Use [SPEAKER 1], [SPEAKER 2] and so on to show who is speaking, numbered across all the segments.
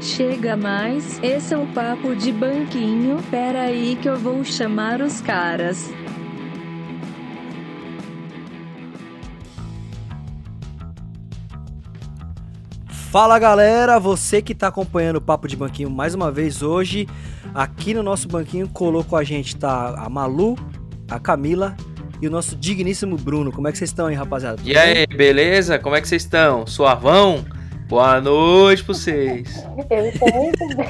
[SPEAKER 1] Chega mais, esse é o papo de banquinho. Pera aí que eu vou chamar os caras.
[SPEAKER 2] Fala galera, você que está acompanhando o Papo de Banquinho mais uma vez hoje, aqui no nosso banquinho colou com a gente tá a Malu, a Camila e o nosso digníssimo Bruno. Como é que vocês estão aí, rapaziada?
[SPEAKER 3] E aí, beleza? Como é que vocês estão? Suavão? Boa noite pra vocês.
[SPEAKER 4] Eu estou muito bem.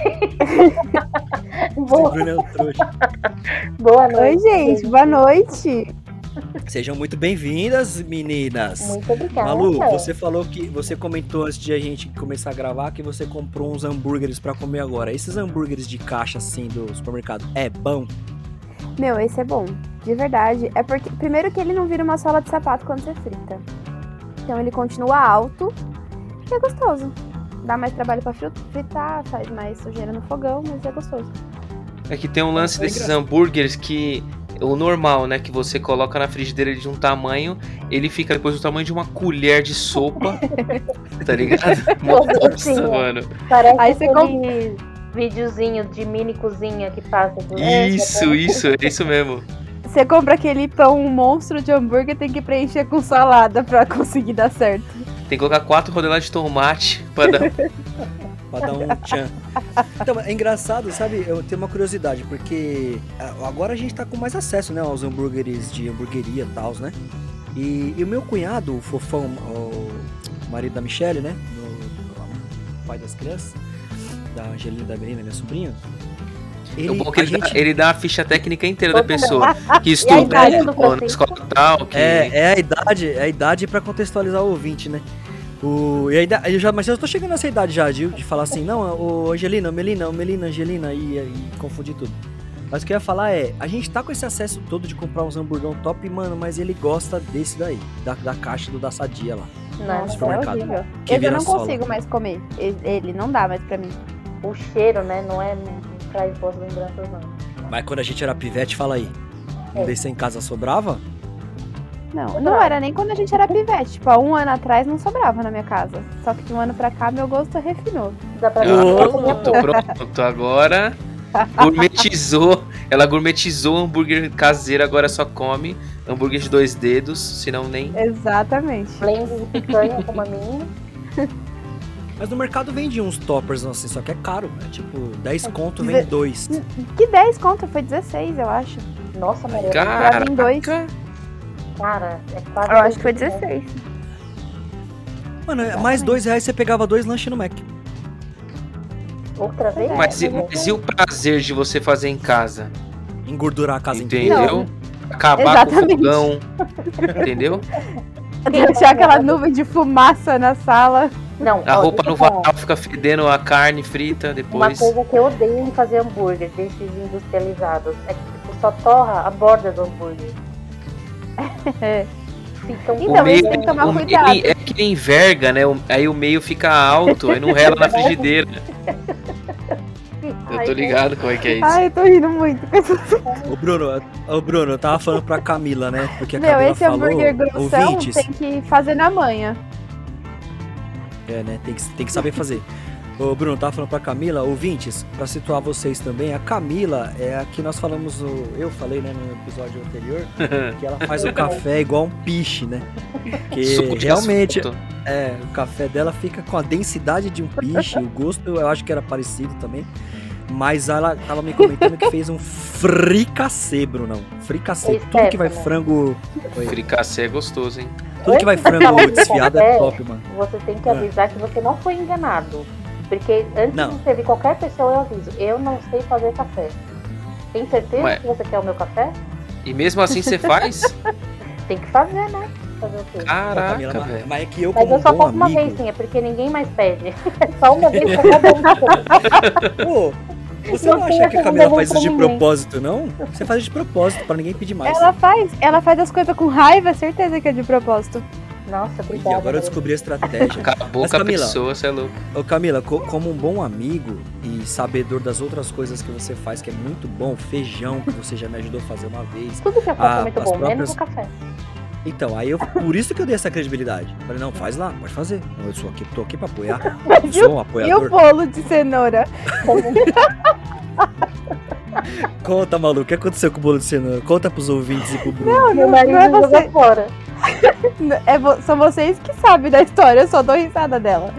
[SPEAKER 2] Esse
[SPEAKER 4] boa,
[SPEAKER 2] Bruno é um trouxa.
[SPEAKER 4] boa
[SPEAKER 5] Oi,
[SPEAKER 4] noite.
[SPEAKER 5] gente, boa noite.
[SPEAKER 2] Sejam muito bem-vindas, meninas.
[SPEAKER 4] Muito obrigada.
[SPEAKER 2] Malu, você falou que você comentou antes de a gente começar a gravar que você comprou uns hambúrgueres pra comer agora. Esses hambúrgueres de caixa assim do supermercado é bom?
[SPEAKER 5] Meu, esse é bom, de verdade. É porque, primeiro, que ele não vira uma sola de sapato quando você frita. Então, ele continua alto e é gostoso. Dá mais trabalho pra fri- fritar, faz mais sujeira no fogão, mas é gostoso.
[SPEAKER 3] É que tem um lance
[SPEAKER 2] É
[SPEAKER 3] desses
[SPEAKER 2] engraçado.
[SPEAKER 3] hambúrgueres que. O normal, né? Que você coloca na frigideira de um tamanho, ele fica depois do tamanho de uma colher de sopa. tá ligado? Mó bosta,
[SPEAKER 4] Sim.
[SPEAKER 3] mano.
[SPEAKER 4] Parece
[SPEAKER 5] Aí você
[SPEAKER 4] aquele videozinho de mini cozinha que passa do
[SPEAKER 3] Isso, isso, é isso mesmo.
[SPEAKER 5] Você compra aquele pão um monstro de hambúrguer, tem que preencher com salada pra conseguir dar certo.
[SPEAKER 3] Tem que colocar quatro rodelas de tomate pra dar.
[SPEAKER 2] Pra dar um tchan. Então, é engraçado, sabe? Eu tenho uma curiosidade, porque a- agora a gente tá com mais acesso, né? Aos hambúrgueres de hamburgueria e tal, né? E, e o meu cunhado, o fofão, o marido da Michelle, né? O pai das crianças, da Angelina e da menina, minha sobrinha. Ele,
[SPEAKER 3] o bom é que
[SPEAKER 2] a
[SPEAKER 3] ele, dá,
[SPEAKER 2] gente-
[SPEAKER 3] ele dá a ficha técnica inteira da
[SPEAKER 4] Todo mundo.
[SPEAKER 3] pessoa. Que estuda
[SPEAKER 4] idade
[SPEAKER 3] né,
[SPEAKER 4] do
[SPEAKER 3] pô, na
[SPEAKER 4] Francisco?
[SPEAKER 3] escola tal, que
[SPEAKER 2] É, é a idade, é a idade para contextualizar o ouvinte, né? O, e ainda, eu já, mas eu tô chegando nessa idade já, de, de falar assim, não, o Angelina, Melina, Melina, Angelina, e, e confundir tudo. Mas o que eu ia falar é, a gente tá com esse acesso todo de comprar uns hamburgão top, mano, mas ele gosta desse daí, da, da caixa do da sadia lá.
[SPEAKER 4] Nossa, é
[SPEAKER 2] Supermercado.
[SPEAKER 4] horrível.
[SPEAKER 2] Que
[SPEAKER 5] Esse eu
[SPEAKER 2] vira
[SPEAKER 5] não
[SPEAKER 2] sola.
[SPEAKER 5] consigo mais comer. Ele, ele não dá mais pra mim.
[SPEAKER 4] O cheiro, né? Não é não traz boas lembranças, não.
[SPEAKER 2] Mas quando a gente era pivete, fala aí. Um
[SPEAKER 4] É.
[SPEAKER 2] desses em casa sobrava?
[SPEAKER 5] Não, não era nem quando a gente era pivete. Tipo, há um ano atrás não sobrava na minha casa. Só que de um ano pra cá, meu gosto refinou.
[SPEAKER 4] Dá pra ver.
[SPEAKER 3] Ah,
[SPEAKER 2] Ô,
[SPEAKER 3] pronto, pronto. Agora gourmetizou. Ela gourmetizou o hambúrguer caseiro, agora só come hambúrguer de dois dedos, senão nem.
[SPEAKER 5] Exatamente.
[SPEAKER 4] Blend de picanha como a minha.
[SPEAKER 2] Mas no mercado vende uns toppers, assim, só que é caro, é tipo, 10 conto vem
[SPEAKER 5] Deve-
[SPEAKER 2] dois.
[SPEAKER 5] Que 10 conto? Foi 16, eu acho.
[SPEAKER 4] Nossa, Maria.
[SPEAKER 3] Cara,
[SPEAKER 5] em dois.
[SPEAKER 4] Cara, é quase.
[SPEAKER 5] Eu acho que foi
[SPEAKER 4] isso, né?
[SPEAKER 5] 16.
[SPEAKER 2] Mano, é mais dois reais você pegava dois lanches no Mac.
[SPEAKER 4] Outra vez?
[SPEAKER 3] mas, e-
[SPEAKER 4] Outra vez?
[SPEAKER 3] mas e o prazer de você fazer em casa?
[SPEAKER 2] Engordurar a casa inteira.
[SPEAKER 3] Entendeu? Acabar
[SPEAKER 5] Exatamente.
[SPEAKER 3] com o fogão. Entendeu?
[SPEAKER 5] Deixar aquela nuvem de fumaça na sala.
[SPEAKER 4] Não,
[SPEAKER 3] A
[SPEAKER 4] ó,
[SPEAKER 3] roupa
[SPEAKER 4] deixa
[SPEAKER 3] no
[SPEAKER 4] eu falar.
[SPEAKER 3] varal fica fedendo a carne frita
[SPEAKER 4] Uma
[SPEAKER 3] depois.
[SPEAKER 4] coisa que eu odeio em fazer hambúrguer desses industrializados é que tipo, só torra a borda do hambúrguer. um Ficam
[SPEAKER 5] Então,
[SPEAKER 3] O meio-
[SPEAKER 5] eles têm que tomar
[SPEAKER 3] o meio-
[SPEAKER 5] cuidado.
[SPEAKER 3] É que nem verga, né? O- Aí o meio fica alto, aí não
[SPEAKER 5] É.
[SPEAKER 3] rela na frigideira. Eu tô ligado como é que é isso.
[SPEAKER 5] Ai, eu tô rindo muito.
[SPEAKER 2] Ô Bruno, ô Bruno, eu tava falando pra Camila, né? Porque a
[SPEAKER 5] Meu,
[SPEAKER 2] Camila
[SPEAKER 5] esse
[SPEAKER 2] falou,
[SPEAKER 5] hambúrguer grossão
[SPEAKER 2] ouvintes,
[SPEAKER 5] tem que fazer na manhã.
[SPEAKER 2] é, né? Tem que, tem que saber fazer. Ô Bruno, eu tava falando pra Camila, ouvintes, pra situar vocês também, a Camila é a que nós falamos, o- eu falei, né, no episódio anterior, que ela faz o café igual um piche, né?
[SPEAKER 3] Suco
[SPEAKER 2] Porque
[SPEAKER 3] de
[SPEAKER 2] realmente,
[SPEAKER 3] asfalto.
[SPEAKER 2] É, o café dela fica com a densidade de um piche, o gosto eu acho que era parecido também. Mas ela tava me comentando que fez um fricassê, Brunão. Fricassê.
[SPEAKER 4] Oi,
[SPEAKER 2] Tudo que vai
[SPEAKER 4] Stefano.
[SPEAKER 2] frango. Oi.
[SPEAKER 3] Fricassé é gostoso, hein?
[SPEAKER 2] Tudo que vai frango desfiado é top, mano.
[SPEAKER 4] Você tem que avisar que você não foi enganado. Porque antes
[SPEAKER 2] Ah. Não.
[SPEAKER 4] de servir qualquer pessoa, eu aviso. Eu não sei fazer café. Tem certeza
[SPEAKER 3] Ué.
[SPEAKER 4] que você quer o meu café?
[SPEAKER 3] E mesmo assim você faz?
[SPEAKER 4] Tem que fazer, né? Fazer o quê?
[SPEAKER 2] Camila,
[SPEAKER 3] Caraca,
[SPEAKER 2] mas-
[SPEAKER 3] velho.
[SPEAKER 2] mas é que eu,
[SPEAKER 4] Mas
[SPEAKER 2] como
[SPEAKER 4] eu só
[SPEAKER 2] um bom
[SPEAKER 4] compro uma vez,
[SPEAKER 2] amigo.
[SPEAKER 4] sim, é porque ninguém mais pede. É Só uma vez pra cada
[SPEAKER 2] Pô,
[SPEAKER 4] um.
[SPEAKER 2] você
[SPEAKER 4] Não
[SPEAKER 2] não
[SPEAKER 4] tem
[SPEAKER 2] acha que
[SPEAKER 4] essa
[SPEAKER 2] a Camila
[SPEAKER 4] mão
[SPEAKER 2] faz isso
[SPEAKER 4] pra
[SPEAKER 2] de
[SPEAKER 4] ninguém.
[SPEAKER 2] propósito, não? Você faz de propósito, pra ninguém pedir mais.
[SPEAKER 5] Ela faz, ela faz as coisas com raiva, certeza que é de propósito.
[SPEAKER 4] Nossa,
[SPEAKER 2] Ih,
[SPEAKER 4] obrigada.
[SPEAKER 2] agora eu
[SPEAKER 4] Maria.
[SPEAKER 2] descobri a estratégia.
[SPEAKER 3] Acabou
[SPEAKER 2] Mas,
[SPEAKER 3] com a
[SPEAKER 2] Camila,
[SPEAKER 3] pessoa, você é louco.
[SPEAKER 2] Ô Camila, co- como um bom amigo e sabedor das outras coisas que você faz, que é muito bom, feijão, que você já me ajudou a fazer uma vez,
[SPEAKER 4] Tudo que eu faço
[SPEAKER 2] Ah,
[SPEAKER 4] é muito
[SPEAKER 2] as
[SPEAKER 4] bom,
[SPEAKER 2] próprias-
[SPEAKER 4] menos o café.
[SPEAKER 2] Então, aí eu. Por isso que eu dei essa credibilidade. Falei, não, faz lá, pode fazer. Não, Eu sou aqui, tô aqui pra apoiar.
[SPEAKER 5] Mas e
[SPEAKER 2] Sou um
[SPEAKER 5] E o
[SPEAKER 2] apoiador.
[SPEAKER 5] bolo de cenoura?
[SPEAKER 2] Conta, maluco, o que aconteceu com o bolo de cenoura? Conta pros ouvintes e pro Bruno.
[SPEAKER 4] Meu marido
[SPEAKER 5] não é
[SPEAKER 4] jogou
[SPEAKER 5] você.
[SPEAKER 4] fora.
[SPEAKER 5] É vo- são vocês que sabem da história, eu só dou risada dela.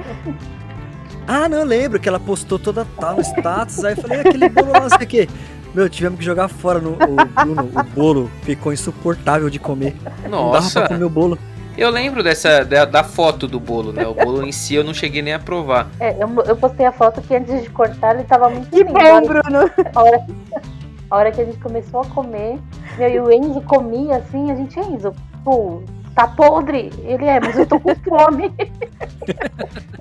[SPEAKER 2] Ah, não, eu lembro que ela postou toda tal no status. Aí eu falei, "É, aquele bolo lá, não sei o quê. Meu, tivemos que jogar fora no o Bruno. O bolo ficou insuportável de comer. Não dava pra
[SPEAKER 3] Nossa,
[SPEAKER 2] comer o bolo.
[SPEAKER 3] eu lembro dessa da, da foto do bolo, né? O bolo em si eu não cheguei nem a provar.
[SPEAKER 4] É, eu, eu postei a foto que antes de cortar ele tava muito
[SPEAKER 5] Que
[SPEAKER 4] lindo. A
[SPEAKER 5] bom,
[SPEAKER 4] hora-
[SPEAKER 5] Bruno.
[SPEAKER 4] A hora, a hora que a gente começou a comer, meu, e o Enzo comia assim, a gente, Enzo, pô, tá podre? Ele é, mas eu tô com fome.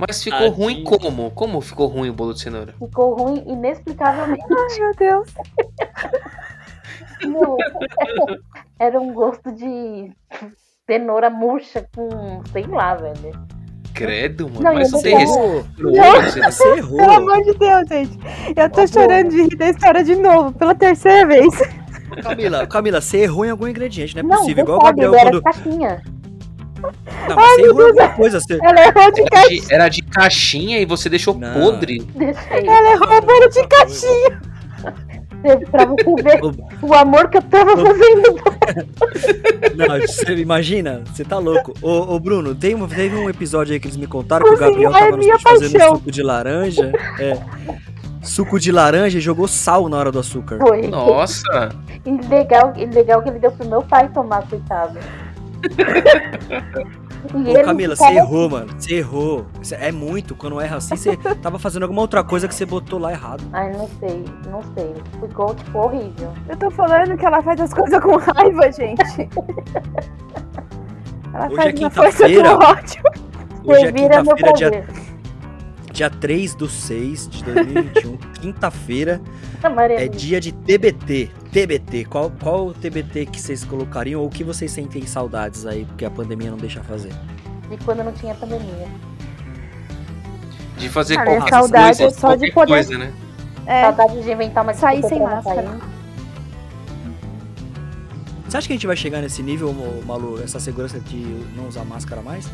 [SPEAKER 3] Mas ficou
[SPEAKER 2] Tadinho.
[SPEAKER 3] ruim como? Como ficou ruim o bolo de cenoura?
[SPEAKER 4] Ficou ruim inexplicavelmente. assim,
[SPEAKER 5] Ai, meu Deus.
[SPEAKER 4] Meu, era um gosto de cenoura murcha com, sei lá, velho.
[SPEAKER 3] Credo, mano.
[SPEAKER 4] Não,
[SPEAKER 3] mas
[SPEAKER 4] eu não
[SPEAKER 3] você
[SPEAKER 4] como.
[SPEAKER 3] recebeu.
[SPEAKER 2] Você
[SPEAKER 5] Pelo
[SPEAKER 2] errou.
[SPEAKER 5] amor de Deus, gente. Eu
[SPEAKER 4] Tá bom.
[SPEAKER 5] tô chorando de rir da história de novo, pela terceira vez.
[SPEAKER 2] Camila, Camila, você errou em algum ingrediente, não é
[SPEAKER 4] não,
[SPEAKER 2] possível. Igual o
[SPEAKER 4] detalhe,
[SPEAKER 2] Gabriel
[SPEAKER 4] ele
[SPEAKER 2] quando.
[SPEAKER 4] era caixinha.
[SPEAKER 5] é.
[SPEAKER 2] Não, mas você errou em alguma coisa. Você...
[SPEAKER 5] Ela errou de
[SPEAKER 3] Era
[SPEAKER 5] caixinha.
[SPEAKER 3] de- Era de caixinha e você deixou
[SPEAKER 2] Não.
[SPEAKER 3] podre?
[SPEAKER 4] Deixei.
[SPEAKER 5] Ela errou o é bolo de caixinha.
[SPEAKER 4] Pra você ver o amor que eu tava fazendo.
[SPEAKER 2] Não, você imagina? Você tá louco. Ô, ô Bruno, tem uma- teve um episódio aí que eles me contaram que o Gabriel
[SPEAKER 5] Cozinhar é
[SPEAKER 2] tava no
[SPEAKER 5] minha
[SPEAKER 2] sítio fazendo
[SPEAKER 5] paixão.
[SPEAKER 2] suco de laranja. É. Suco de laranja e jogou sal na hora do açúcar.
[SPEAKER 4] Foi.
[SPEAKER 3] Nossa!
[SPEAKER 4] E legal, e legal que ele deu pro meu pai tomar, coitado. e
[SPEAKER 2] Ô, Camila, você
[SPEAKER 4] ficava-
[SPEAKER 5] assim.
[SPEAKER 2] errou, mano. Você errou. Cê- É muito. Quando erra assim, você tava fazendo alguma outra coisa que você botou lá errado.
[SPEAKER 4] Ai, não sei, não sei. Ficou, tipo, horrível.
[SPEAKER 5] Eu tô falando que ela faz as coisas com raiva, gente. Ela
[SPEAKER 2] Hoje é
[SPEAKER 5] faz uma força
[SPEAKER 2] quinta-feira.
[SPEAKER 5] com ódio.
[SPEAKER 2] Hoje é
[SPEAKER 4] Revira meu
[SPEAKER 2] quinta-feira, dia,
[SPEAKER 4] prazer.
[SPEAKER 2] dia 3 do 6 de 2021. Quinta-feira é
[SPEAKER 4] Amarelo.
[SPEAKER 2] dia de TBT. TBT. Qual, qual o TBT que vocês colocariam ou que vocês sentem saudades aí, porque a pandemia não deixa fazer?
[SPEAKER 4] De quando não tinha pandemia.
[SPEAKER 3] De fazer
[SPEAKER 5] Cara,
[SPEAKER 3] qualquer
[SPEAKER 5] a saudade
[SPEAKER 3] coisa,
[SPEAKER 5] é só de
[SPEAKER 3] qualquer
[SPEAKER 5] poder-
[SPEAKER 3] coisa, né?
[SPEAKER 5] É,
[SPEAKER 4] Saudade de inventar uma
[SPEAKER 5] sair
[SPEAKER 4] desculpa
[SPEAKER 5] sem
[SPEAKER 4] pra não
[SPEAKER 5] máscara.
[SPEAKER 4] sair.
[SPEAKER 2] Você acha que a gente vai chegar nesse nível, Mo- Malu, essa segurança de não usar máscara mais?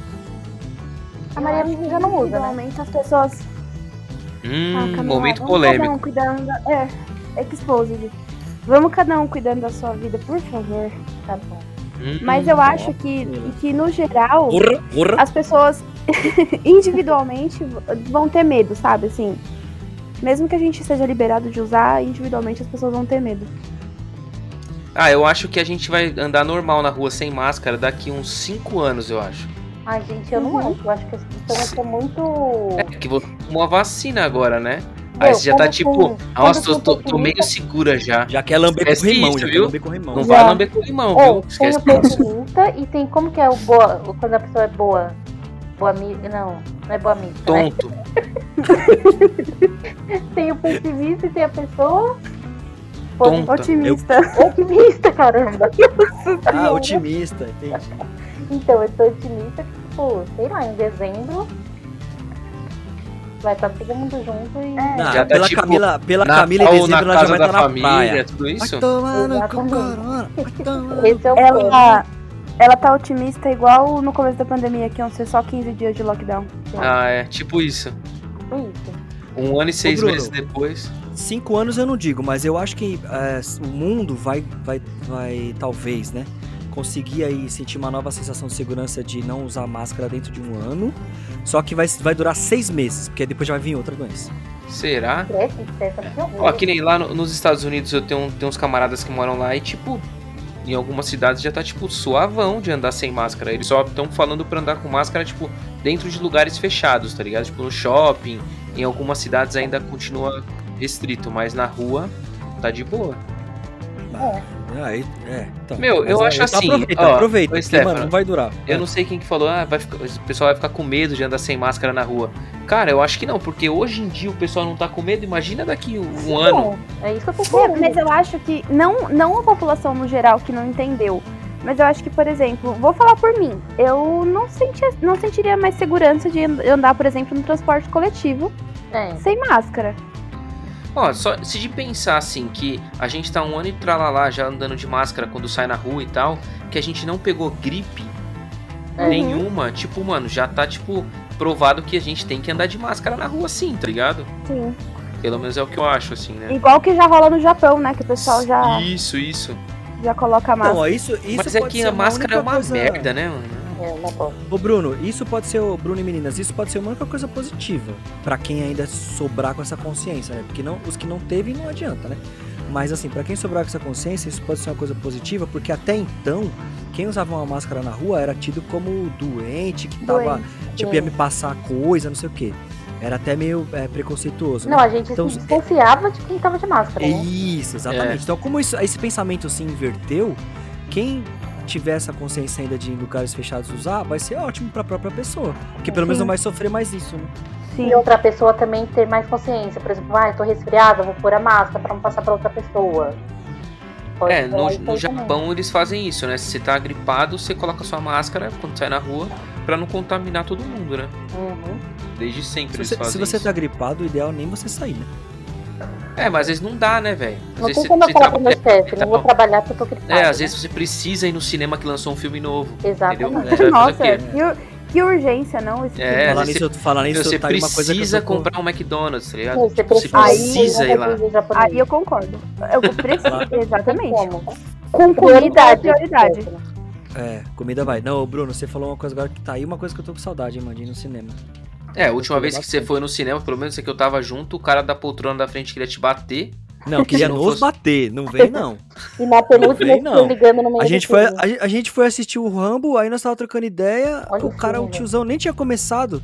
[SPEAKER 4] A Maria Luísa já não usa, né?
[SPEAKER 5] Normalmente as pessoas Ah,
[SPEAKER 3] Hum,
[SPEAKER 5] Camila,
[SPEAKER 3] momento
[SPEAKER 5] vamos cada
[SPEAKER 3] polêmico.
[SPEAKER 5] um cuidando da- É, exposed. Vamos cada um cuidando da sua vida, por favor.
[SPEAKER 4] Tá bom.
[SPEAKER 3] Hum,
[SPEAKER 5] um- Mas eu acho que,
[SPEAKER 2] Camila.
[SPEAKER 5] que no geral,
[SPEAKER 2] Urra, urra.
[SPEAKER 5] as pessoas individualmente vão ter medo, sabe? Assim, mesmo que a gente seja liberado de usar, individualmente as pessoas vão ter medo.
[SPEAKER 3] Ah, eu acho que a gente vai andar normal na rua sem máscara daqui uns 5 anos, eu acho.
[SPEAKER 4] Ai, gente, eu não
[SPEAKER 5] Uhum.
[SPEAKER 4] acho. Eu acho que as pessoas
[SPEAKER 3] Sim.
[SPEAKER 4] estão muito.
[SPEAKER 3] É que você tomou a vacina agora, né?
[SPEAKER 4] Meu,
[SPEAKER 3] Aí você já tá
[SPEAKER 4] quando
[SPEAKER 2] é
[SPEAKER 3] tipo,
[SPEAKER 4] eu
[SPEAKER 2] um
[SPEAKER 4] fui-
[SPEAKER 3] nossa,
[SPEAKER 4] quando
[SPEAKER 3] tô,
[SPEAKER 4] eu fui
[SPEAKER 3] tô-
[SPEAKER 4] pra
[SPEAKER 3] tô meio
[SPEAKER 4] clínica-
[SPEAKER 5] então.
[SPEAKER 3] segura já.
[SPEAKER 2] Já quer lamber com
[SPEAKER 3] Esquece
[SPEAKER 2] rimão,
[SPEAKER 3] isso,
[SPEAKER 2] já quer
[SPEAKER 3] viu?
[SPEAKER 2] lamber com rimão.
[SPEAKER 3] Não
[SPEAKER 4] Já.
[SPEAKER 3] vai lamber com limão,
[SPEAKER 4] Ou
[SPEAKER 3] viu?
[SPEAKER 4] Oh, tem
[SPEAKER 3] Esquece.
[SPEAKER 4] o
[SPEAKER 5] né?
[SPEAKER 4] pessimista e tem como que é o boa. Quando a pessoa é boa. Boa amiga. Não, não é boa amiga. Né?
[SPEAKER 3] Tonto.
[SPEAKER 4] Tem o pessimista e tem a pessoa.
[SPEAKER 3] Tonta.
[SPEAKER 5] Otimista.
[SPEAKER 4] Otimista, caramba.
[SPEAKER 2] Ah, otimista, entendi.
[SPEAKER 4] Então, eu tô otimista que, tipo, sei lá, em dezembro. Vai estar todo mundo junto e.
[SPEAKER 2] Não,
[SPEAKER 3] Já tá
[SPEAKER 2] pela
[SPEAKER 3] tipo,
[SPEAKER 2] Camila, pela
[SPEAKER 3] Natal
[SPEAKER 2] Camila em dezembro
[SPEAKER 3] na
[SPEAKER 2] ela já
[SPEAKER 3] casa
[SPEAKER 2] vai
[SPEAKER 3] da
[SPEAKER 2] estar na
[SPEAKER 3] família, é
[SPEAKER 2] praia.
[SPEAKER 3] tudo
[SPEAKER 2] Vai
[SPEAKER 3] isso?
[SPEAKER 2] tomar no cu,
[SPEAKER 4] Exatamente.
[SPEAKER 2] corona. Vai tomar no-
[SPEAKER 4] Esse é o plano.
[SPEAKER 5] Ela, ela tá otimista igual no começo da pandemia, que iam ser só 15 dias de lockdown.
[SPEAKER 3] Ah, é, tipo isso.
[SPEAKER 4] Tipo isso.
[SPEAKER 3] Um ano e seis
[SPEAKER 2] Bruno.
[SPEAKER 3] meses depois.
[SPEAKER 2] Cinco anos eu não digo, mas eu acho que é, o mundo vai, vai, vai, talvez, né? Conseguir aí sentir uma nova sensação de segurança de não usar máscara dentro de um ano. Só que vai, vai durar seis meses, porque depois já vai vir outra doença.
[SPEAKER 3] Será?
[SPEAKER 4] Cresce, assim, estressa porque eu
[SPEAKER 3] Ó, que nem lá no- nos Estados Unidos eu tenho, tenho uns camaradas que moram lá e, tipo, em algumas cidades já tá, tipo, suavão de andar sem máscara. Eles só estão falando pra andar com máscara, tipo, dentro de lugares fechados, tá ligado? Tipo, no shopping. Em algumas cidades ainda continua restrito, mas na rua tá de boa.
[SPEAKER 2] Aí, é, então,
[SPEAKER 3] Meu,
[SPEAKER 2] mas
[SPEAKER 3] eu
[SPEAKER 2] aí,
[SPEAKER 3] acho
[SPEAKER 2] então
[SPEAKER 3] assim,
[SPEAKER 2] Aproveita,
[SPEAKER 3] ó,
[SPEAKER 2] aproveita,
[SPEAKER 3] ô,
[SPEAKER 2] porque,
[SPEAKER 3] Stefano,
[SPEAKER 2] mano, não vai durar.
[SPEAKER 3] Eu não sei quem que falou, ah, vai ficar- o pessoal vai ficar com medo de andar sem máscara na rua. Cara, eu acho que não, porque hoje em dia o pessoal não tá com medo, imagina daqui um ano.
[SPEAKER 4] É isso que eu tô
[SPEAKER 5] É,
[SPEAKER 4] falando.
[SPEAKER 5] mas eu acho que não, não a população no geral que não entendeu. Mas eu acho que, por exemplo, vou falar por mim. Eu não, sentia, não sentiria mais segurança de and- andar, por exemplo, no transporte coletivo
[SPEAKER 4] É.
[SPEAKER 5] sem máscara.
[SPEAKER 3] Ó, só se de pensar assim que a gente tá um ano e tralalá já andando de máscara quando sai na rua e tal, que a gente não pegou gripe
[SPEAKER 4] É.
[SPEAKER 3] nenhuma, tipo, mano, já tá tipo provado que a gente tem que andar de máscara na rua sim, tá ligado?
[SPEAKER 5] Sim.
[SPEAKER 3] Pelo menos é o que eu acho assim, né?
[SPEAKER 5] Igual que já rola no Japão, né? Que o pessoal já,
[SPEAKER 3] Isso, isso.
[SPEAKER 5] já coloca
[SPEAKER 2] Então,
[SPEAKER 5] a máscara.
[SPEAKER 2] ó, isso, isso
[SPEAKER 3] Mas é
[SPEAKER 2] pode
[SPEAKER 3] que
[SPEAKER 2] ser
[SPEAKER 3] a máscara é
[SPEAKER 2] única
[SPEAKER 3] uma
[SPEAKER 2] coisa-
[SPEAKER 3] merda, né, mano?
[SPEAKER 4] É, uma boa.
[SPEAKER 2] Ô Bruno, isso pode ser, ô, Bruno e meninas, isso pode ser uma única coisa positiva pra quem ainda sobrar com essa consciência, né? Porque não, os que não teve não adianta, né? Mas assim, pra quem sobrar com essa consciência, isso pode ser uma coisa positiva, porque até então, quem usava uma máscara na rua era tido como doente, que tava,
[SPEAKER 5] Doente.
[SPEAKER 2] tipo, ia me passar coisa, não sei o quê. Era até meio é, preconceituoso.
[SPEAKER 4] Não,
[SPEAKER 2] né?
[SPEAKER 4] a gente
[SPEAKER 2] Então,
[SPEAKER 4] se distanciava de quem tava de máscara, né?
[SPEAKER 3] É.
[SPEAKER 2] Isso, exatamente. Então, como isso- esse pensamento se inverteu, quem tiver essa consciência ainda de em lugares fechados usar, vai ser ótimo pra própria pessoa. Porque pelo menos
[SPEAKER 3] Uhum.
[SPEAKER 5] Sim.
[SPEAKER 2] não vai sofrer mais isso, né?
[SPEAKER 5] Sim.
[SPEAKER 4] E outra pessoa também ter mais consciência. Por exemplo, ah, eu tô resfriada, vou pôr a máscara pra não passar pra outra pessoa. Pode
[SPEAKER 3] É,
[SPEAKER 4] ser
[SPEAKER 3] no,
[SPEAKER 4] isso
[SPEAKER 3] no
[SPEAKER 4] aí também.
[SPEAKER 3] Japão eles fazem isso, né? Se você tá gripado, você coloca sua máscara quando sai na rua pra não contaminar todo mundo, né?
[SPEAKER 4] Uhum.
[SPEAKER 3] Desde sempre
[SPEAKER 2] Se
[SPEAKER 3] eles
[SPEAKER 2] você,
[SPEAKER 3] fazem
[SPEAKER 2] se você
[SPEAKER 3] isso.
[SPEAKER 2] tá gripado, o ideal é nem você sair, né?
[SPEAKER 3] É, mas às vezes não dá, né, velho? Às
[SPEAKER 4] Não
[SPEAKER 3] vezes
[SPEAKER 4] tem
[SPEAKER 3] você,
[SPEAKER 4] como eu
[SPEAKER 3] você tá
[SPEAKER 4] falar pro meu
[SPEAKER 3] trabalha
[SPEAKER 4] chefe,
[SPEAKER 3] e
[SPEAKER 4] não vou
[SPEAKER 3] tal.
[SPEAKER 4] trabalhar porque eu tô gripada.
[SPEAKER 3] É, às
[SPEAKER 4] né?
[SPEAKER 3] vezes você precisa ir no cinema que lançou um filme novo. Entendeu?
[SPEAKER 4] Exatamente.
[SPEAKER 3] É, vai
[SPEAKER 5] Nossa,
[SPEAKER 3] fazer o quê?
[SPEAKER 5] que, ur- que urgência, não? Esse tipo
[SPEAKER 3] É,
[SPEAKER 5] filme.
[SPEAKER 2] falar
[SPEAKER 3] você-
[SPEAKER 2] nisso, eu- falar nisso,
[SPEAKER 3] você
[SPEAKER 2] tá aí uma coisa que eu
[SPEAKER 3] precisa
[SPEAKER 2] tô com-
[SPEAKER 3] comprar um McDonald's, tá ligado?
[SPEAKER 4] Você
[SPEAKER 3] Tipo, você
[SPEAKER 4] precisa, né,
[SPEAKER 3] precisa ir lá.
[SPEAKER 5] Aí eu concordo. Eu preciso, exatamente. Com comida é
[SPEAKER 4] Prioridade.
[SPEAKER 5] prioridade.
[SPEAKER 2] É, comida vai. Não, Bruno, você falou uma coisa agora que tá aí, uma coisa que eu tô com saudade, hein, mano, de ir no cinema.
[SPEAKER 3] É, a última vez que você
[SPEAKER 2] Bastante.
[SPEAKER 3] foi no cinema, pelo menos é que eu tava junto, o cara da poltrona da frente queria te bater.
[SPEAKER 2] Não, queria
[SPEAKER 3] não
[SPEAKER 2] nos
[SPEAKER 3] fosse-
[SPEAKER 2] bater, não vem não.
[SPEAKER 4] E na penúltima
[SPEAKER 2] Não
[SPEAKER 4] eu
[SPEAKER 2] vem, não.
[SPEAKER 4] tô ligando no meio
[SPEAKER 2] A
[SPEAKER 4] do
[SPEAKER 2] gente, foi,
[SPEAKER 4] filme.
[SPEAKER 2] a, gen- a gente foi assistir o Rambo, aí nós tava trocando ideia,
[SPEAKER 4] Olha
[SPEAKER 2] o
[SPEAKER 4] o
[SPEAKER 2] cara, o
[SPEAKER 4] filme,
[SPEAKER 2] tiozão nem tinha começado,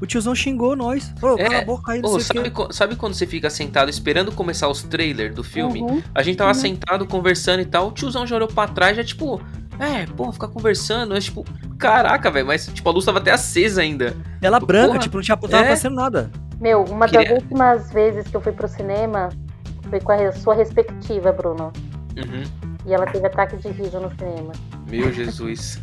[SPEAKER 2] o tiozão xingou nós. Ô,
[SPEAKER 3] É,
[SPEAKER 2] cala a boca aí, não
[SPEAKER 3] Ô,
[SPEAKER 2] sei o
[SPEAKER 3] sabe,
[SPEAKER 2] quê.
[SPEAKER 3] co- sabe quando você fica sentado esperando começar os trailers do filme?
[SPEAKER 4] Uhum.
[SPEAKER 3] A gente tava sentado conversando e tal, o tiozão já olhou pra trás, já tipo, é, pô, ficar conversando, mas tipo, caraca, velho, mas tipo, a luz tava até acesa ainda.
[SPEAKER 2] Tela branca,
[SPEAKER 3] Porra.
[SPEAKER 2] tipo, não tinha, não tava
[SPEAKER 3] É.
[SPEAKER 2] fazendo nada.
[SPEAKER 4] Meu, uma
[SPEAKER 3] Queria-
[SPEAKER 4] das últimas vezes que eu fui pro cinema foi com a sua respectiva, Bruno.
[SPEAKER 3] Uhum.
[SPEAKER 4] E ela teve ataque de riso no cinema.
[SPEAKER 3] Meu Jesus.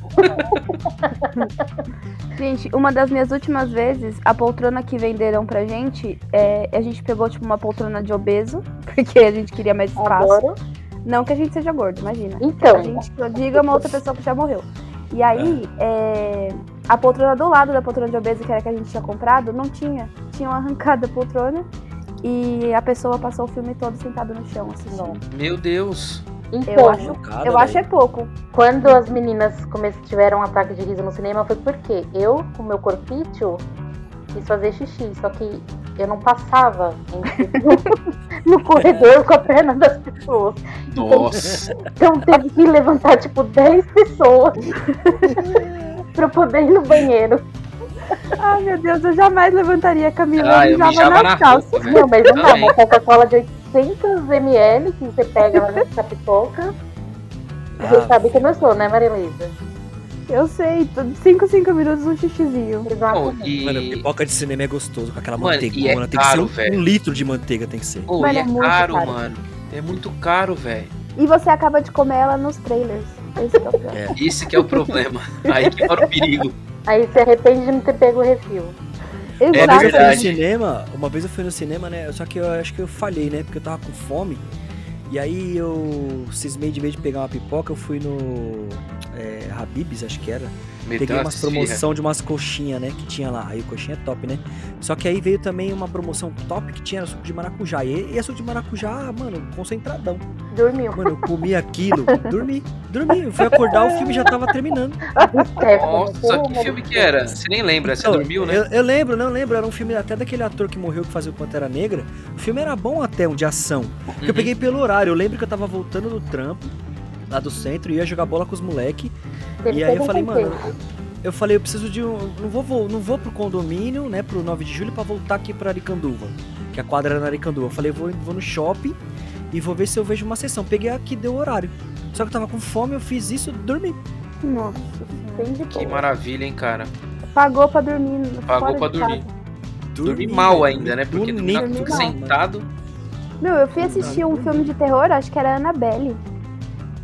[SPEAKER 5] Gente, uma das minhas últimas vezes, a poltrona que venderam pra gente, é, a gente pegou tipo uma poltrona de obeso, porque a gente queria mais espaço.
[SPEAKER 4] Adoro.
[SPEAKER 5] Não que a gente seja gordo, imagina.
[SPEAKER 4] Então.
[SPEAKER 5] A gente que eu diga uma outra pessoa que já morreu. E aí, é, a poltrona do lado da poltrona de obeso, que era a que a gente tinha comprado, não tinha. Tinham arrancado a poltrona e a pessoa passou o filme todo sentado no chão, assim.
[SPEAKER 4] Não.
[SPEAKER 3] Meu Deus.
[SPEAKER 5] Eu
[SPEAKER 4] Então,
[SPEAKER 5] acho-
[SPEAKER 3] Ah,
[SPEAKER 2] Mancada,
[SPEAKER 5] Eu
[SPEAKER 3] né?
[SPEAKER 5] acho é
[SPEAKER 2] velho.
[SPEAKER 5] pouco.
[SPEAKER 4] quando as meninas come- tiveram um ataque de riso no cinema, foi porque eu, com meu corpício, quis fazer xixi. Só que eu não passava em- no corredor com a perna das pessoas.
[SPEAKER 3] Nossa.
[SPEAKER 4] Então teve que levantar, tipo, 10 pessoas pra eu poder ir no banheiro.
[SPEAKER 5] Ai, meu Deus, eu jamais levantaria a Camila.
[SPEAKER 3] ah, eu
[SPEAKER 5] mijava
[SPEAKER 3] mijava
[SPEAKER 5] nas
[SPEAKER 3] na
[SPEAKER 5] calças.
[SPEAKER 3] roupa, velho.
[SPEAKER 4] Não, mas não dá.
[SPEAKER 3] Também.
[SPEAKER 4] Uma Coca-Cola de 800 ml que você pega lá na pipoca. Você
[SPEAKER 2] Ah,
[SPEAKER 4] sabe como eu sou, né, Maria Luísa?
[SPEAKER 5] Eu sei, 5, 5 minutos um xixizinho.
[SPEAKER 3] Não,
[SPEAKER 4] é Exatamente.
[SPEAKER 3] e...
[SPEAKER 2] Mano, pipoca de cinema é gostoso, com aquela
[SPEAKER 3] Mano,
[SPEAKER 2] manteiga.
[SPEAKER 3] e é
[SPEAKER 2] mano, tem que ser
[SPEAKER 3] caro,
[SPEAKER 2] um,
[SPEAKER 3] velho.
[SPEAKER 2] um litro de manteiga, tem que ser.
[SPEAKER 3] Pô,
[SPEAKER 5] Mano,
[SPEAKER 3] e
[SPEAKER 5] é
[SPEAKER 3] é
[SPEAKER 5] muito
[SPEAKER 3] caro,
[SPEAKER 5] caro.
[SPEAKER 3] mano. É muito caro, velho.
[SPEAKER 5] E você acaba de comer ela nos trailers. Esse que é o pior.
[SPEAKER 2] É.
[SPEAKER 3] Esse que é o problema. Aí que mora o perigo.
[SPEAKER 4] Aí se arrepende de não ter pego o refil.
[SPEAKER 2] Uma
[SPEAKER 5] Exato.
[SPEAKER 2] vez eu fui no
[SPEAKER 3] É verdade.
[SPEAKER 2] cinema, uma vez eu fui no cinema, né? Só que eu acho que eu falhei, né? Porque eu tava com fome. E aí eu cismei de vez de pegar uma pipoca, eu fui no é, Habib's, acho que era. Peguei
[SPEAKER 3] Meteu
[SPEAKER 2] umas
[SPEAKER 3] é.
[SPEAKER 2] promoção de umas coxinhas, né? Que tinha lá. Aí o coxinha é top, né? Só que aí veio também uma promoção top que tinha suco de maracujá. E, e suco de maracujá, ah, mano, concentradão.
[SPEAKER 4] Dormiu.
[SPEAKER 2] Mano, eu comi aquilo, dormi, dormi. Eu fui acordar, o filme já tava terminando.
[SPEAKER 4] É,
[SPEAKER 3] Nossa, que filme que é? era? Você nem lembra, você
[SPEAKER 2] Então,
[SPEAKER 3] dormiu, né?
[SPEAKER 2] Eu, eu lembro, não eu lembro. Era um filme até daquele ator que morreu que fazia o Pantera Negra. O filme era bom até, um de ação. Porque eu
[SPEAKER 3] Uhum.
[SPEAKER 2] peguei pelo horário. Eu lembro que eu tava voltando do trampo, lá do centro, e ia jogar bola com os moleque.
[SPEAKER 4] Teve
[SPEAKER 2] E aí eu
[SPEAKER 4] todo um
[SPEAKER 2] falei, mano,
[SPEAKER 4] contexto.
[SPEAKER 2] eu falei, eu preciso de um. Não vou, vou- não vou pro condomínio, né? Pro 9 de julho pra voltar aqui pra Aricanduva. Que a quadra era na Aricanduva. Eu falei, vou, vou no shopping e vou ver se eu vejo uma sessão. Peguei aqui, deu horário. Só que eu tava com fome, eu fiz isso, dormi.
[SPEAKER 5] Nossa. Senhora.
[SPEAKER 4] Bem de
[SPEAKER 3] Hum, Que
[SPEAKER 4] boa.
[SPEAKER 3] maravilha, hein, cara.
[SPEAKER 5] Pagou pra dormir. no-
[SPEAKER 3] Pagou
[SPEAKER 5] fora
[SPEAKER 3] pra
[SPEAKER 5] de
[SPEAKER 3] dormir.
[SPEAKER 5] casa.
[SPEAKER 3] Dormi mal
[SPEAKER 2] velho,
[SPEAKER 3] ainda, né? Porque
[SPEAKER 2] bonito,
[SPEAKER 3] dormi na-
[SPEAKER 5] dormi mal,
[SPEAKER 3] sentado.
[SPEAKER 5] Meu, eu fui assistir um filme de terror, acho que era Annabelle.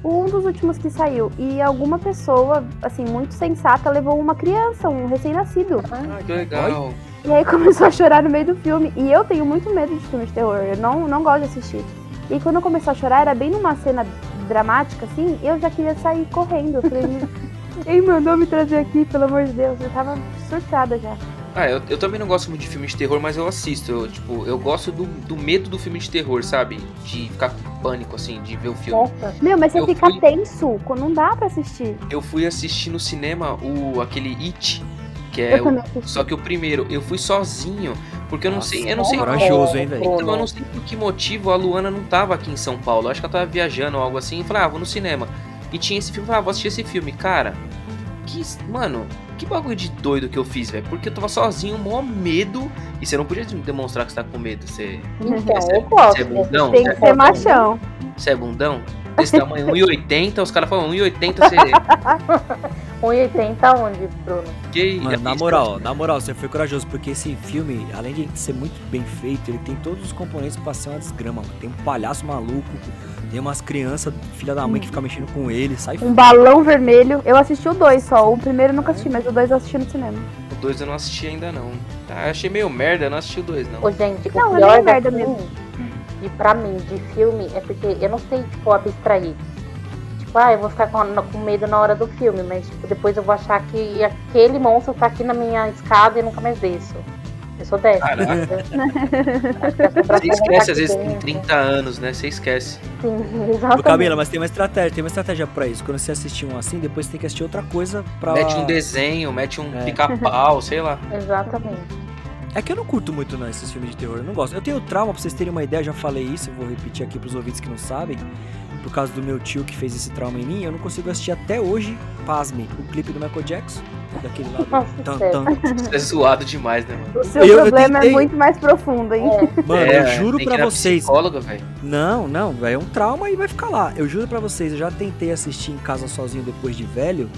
[SPEAKER 5] Um dos últimos que saiu. E alguma pessoa, assim, muito sensata, levou uma criança, um recém-nascido.
[SPEAKER 3] Ah, que legal.
[SPEAKER 5] E aí começou a chorar no meio do filme. E eu tenho muito medo de filmes de terror. Eu não, não gosto de assistir. E quando começou a chorar, era bem numa cena dramática, assim, e eu já queria sair correndo. Eu falei, quem mandou me trazer aqui, pelo amor de Deus? Eu tava surtada já.
[SPEAKER 3] Ah, eu, eu também não gosto muito de filme de terror, mas eu assisto. Eu, tipo, eu gosto do, do medo do filme de terror, sabe? De ficar com pânico, assim, de ver o filme.
[SPEAKER 4] Nossa.
[SPEAKER 5] Meu, mas você
[SPEAKER 3] Eu
[SPEAKER 5] fica
[SPEAKER 3] fui-
[SPEAKER 5] tenso, quando não dá pra assistir.
[SPEAKER 3] Eu fui assistir no cinema o aquele It, que é
[SPEAKER 5] eu
[SPEAKER 3] o,
[SPEAKER 5] também assisti.
[SPEAKER 3] só que o primeiro, eu fui sozinho, porque eu não
[SPEAKER 2] Nossa,
[SPEAKER 3] sei, eu não sei
[SPEAKER 2] Corajoso, hein, velho?
[SPEAKER 3] Então, eu não sei por que motivo a Luana não tava aqui em São Paulo. Acho que ela tava viajando ou algo assim. E falei, ah, vou no cinema. E tinha esse filme, eu falei, ah, vou assistir esse filme. Cara, que. Mano, que bagulho de doido que eu fiz, velho. Porque eu tava sozinho, mó medo. E você não podia demonstrar que você tá com medo. Você,
[SPEAKER 4] Então,
[SPEAKER 3] você,
[SPEAKER 4] eu gosto.
[SPEAKER 3] você é bundão? Você
[SPEAKER 5] Tem que
[SPEAKER 3] é
[SPEAKER 5] ser
[SPEAKER 3] bundão?
[SPEAKER 5] machão.
[SPEAKER 3] Você é bundão? Desse tamanho, 1,80. Os caras falam, 1,80 você.
[SPEAKER 4] 1,80 onde, Um Bruno?
[SPEAKER 3] Que...
[SPEAKER 2] Mano, na moral, na moral, você foi corajoso, porque esse filme, além de ser muito bem feito, ele tem todos os componentes pra ser uma desgrama, mano. Tem um palhaço maluco, tem umas crianças, filha da mãe, que fica mexendo com ele, sai
[SPEAKER 5] Um balão vermelho. Eu assisti o dois só. O primeiro eu nunca assisti, mas o dois eu assisti no cinema.
[SPEAKER 3] O 2 eu não assisti ainda, não. Tá, eu achei meio merda, eu não assisti o 2, não.
[SPEAKER 4] Ô, gente,
[SPEAKER 5] Não,
[SPEAKER 4] o
[SPEAKER 5] é
[SPEAKER 4] pior
[SPEAKER 5] meio merda
[SPEAKER 4] daqui,
[SPEAKER 5] mesmo.
[SPEAKER 4] E pra mim, de filme, é porque eu não sei, tipo, abstrair. Tipo, ah, eu vou ficar com, com medo na hora do filme, mas tipo, depois eu vou achar que aquele monstro tá aqui na minha escada e nunca mais desço. Eu sou dessa.
[SPEAKER 3] Caraca. Você esquece, às vezes, com 30 anos, né? Você esquece.
[SPEAKER 4] Sim,
[SPEAKER 2] Ô,
[SPEAKER 4] exatamente.
[SPEAKER 2] Camila, mas tem uma estratégia, tem uma estratégia pra isso. Quando você assistir um assim, depois você tem que assistir outra coisa pra.
[SPEAKER 3] Mete um desenho, mete um
[SPEAKER 2] Ah. É.
[SPEAKER 3] pica-pau, sei lá.
[SPEAKER 4] Exatamente.
[SPEAKER 2] É que eu não curto muito não, esses filmes de terror, eu não gosto. Eu tenho trauma, pra vocês terem uma ideia, eu já falei isso, eu vou repetir aqui pros ouvintes que não sabem. Por causa do meu tio que fez esse trauma em mim, eu não consigo assistir até hoje, pasme, o clipe do Michael Jackson, daquele lá.
[SPEAKER 4] Nossa,
[SPEAKER 2] do Tan,
[SPEAKER 4] sério.
[SPEAKER 2] tan.
[SPEAKER 3] Isso é zoado demais, né, mano?
[SPEAKER 5] O seu
[SPEAKER 2] Eu- eu
[SPEAKER 5] problema
[SPEAKER 2] tentei-
[SPEAKER 5] é muito mais profundo, hein?
[SPEAKER 4] É,
[SPEAKER 2] Mano,
[SPEAKER 3] É,
[SPEAKER 2] eu juro
[SPEAKER 3] tem que ir
[SPEAKER 2] pra
[SPEAKER 3] na
[SPEAKER 2] vocês.
[SPEAKER 3] Psicóloga, velho.
[SPEAKER 2] Não, não, velho, é um trauma e vai ficar lá. Eu juro pra vocês, eu já tentei assistir em casa sozinho depois de velho.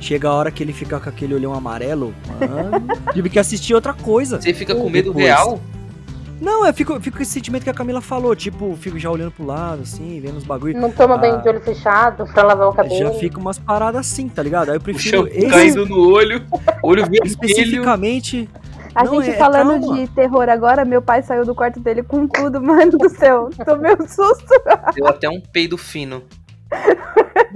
[SPEAKER 2] Chega a hora que ele fica com aquele olhão amarelo, mano. tive que assistir outra coisa.
[SPEAKER 3] Você fica com
[SPEAKER 2] Depois.
[SPEAKER 3] medo real?
[SPEAKER 2] Não, eu fico, eu fico com esse sentimento que a Camila falou, tipo, fico já olhando pro lado, assim, vendo os bagulho.
[SPEAKER 4] não toma
[SPEAKER 2] Ah.
[SPEAKER 4] banho de olho fechado pra lavar
[SPEAKER 5] Tá
[SPEAKER 4] o
[SPEAKER 2] Já
[SPEAKER 4] cabelo.
[SPEAKER 2] fica umas paradas assim, tá ligado? Aí eu
[SPEAKER 3] O
[SPEAKER 2] prefiro
[SPEAKER 3] chão
[SPEAKER 2] esse,
[SPEAKER 3] caindo no olho, olho vermelho.
[SPEAKER 2] especificamente.
[SPEAKER 5] A
[SPEAKER 2] Não,
[SPEAKER 5] gente
[SPEAKER 2] é
[SPEAKER 5] falando
[SPEAKER 2] trauma.
[SPEAKER 5] de terror agora, meu pai saiu do quarto dele com tudo, mano do céu. Tomei um susto.
[SPEAKER 3] Deu até um peido fino.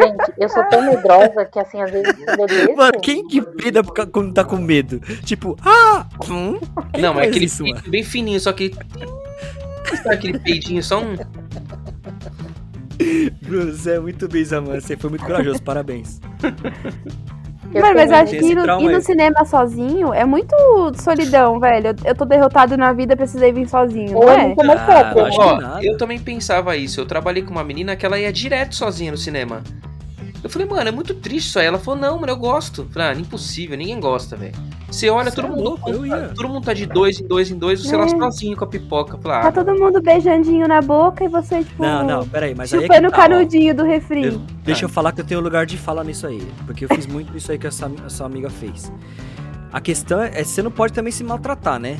[SPEAKER 4] Gente, eu sou tão medrosa que assim, às vezes eu envelheço.
[SPEAKER 2] Mano, quem que peda por ca- quando tá com medo? Tipo, ah! Hum? Quem
[SPEAKER 3] não, é
[SPEAKER 2] faz
[SPEAKER 3] aquele
[SPEAKER 2] isso,
[SPEAKER 3] peido
[SPEAKER 2] mano?
[SPEAKER 3] bem fininho, só que. Sabe aquele peidinho, só um.
[SPEAKER 2] Bruno, você é muito bisa, mano. Você foi muito corajoso, parabéns.
[SPEAKER 4] Eu
[SPEAKER 5] Mano, mas
[SPEAKER 4] tenho-
[SPEAKER 5] eu acho que
[SPEAKER 2] Esse
[SPEAKER 5] ir no,
[SPEAKER 2] trauma
[SPEAKER 5] ir no
[SPEAKER 2] aí.
[SPEAKER 5] cinema sozinho é muito solidão, velho. Eu, eu tô derrotado na vida, precisei vir sozinho,
[SPEAKER 4] Ou
[SPEAKER 5] não
[SPEAKER 4] é
[SPEAKER 5] é?
[SPEAKER 4] muito mais
[SPEAKER 2] Ah,
[SPEAKER 4] sério.
[SPEAKER 2] eu acho que
[SPEAKER 3] Ó,
[SPEAKER 2] nada.
[SPEAKER 3] eu também pensava isso. Eu trabalhei com uma menina que ela ia direto sozinha no cinema. Eu falei, mano, é muito triste isso aí. Ela falou, não, mano, eu gosto. Eu falei, ah, impossível, ninguém gosta, velho. Você olha,
[SPEAKER 2] Cê
[SPEAKER 3] todo
[SPEAKER 2] é
[SPEAKER 3] mundo.
[SPEAKER 2] louco, eu ia.
[SPEAKER 3] Todo mundo tá de dois em dois em dois, você lá
[SPEAKER 5] É.
[SPEAKER 3] sozinho com a pipoca. Eu falei, ah,
[SPEAKER 5] Tá todo mundo beijandinho na boca e você, tipo,
[SPEAKER 2] Não, não, peraí, mas aí é que
[SPEAKER 5] chupando o
[SPEAKER 2] tá, ó.
[SPEAKER 5] canudinho do refri.
[SPEAKER 2] Eu- deixa eu falar que eu tenho lugar de falar nisso aí. Porque eu fiz muito isso aí que essa, essa amiga fez. A questão é, é, você não pode também se maltratar, né?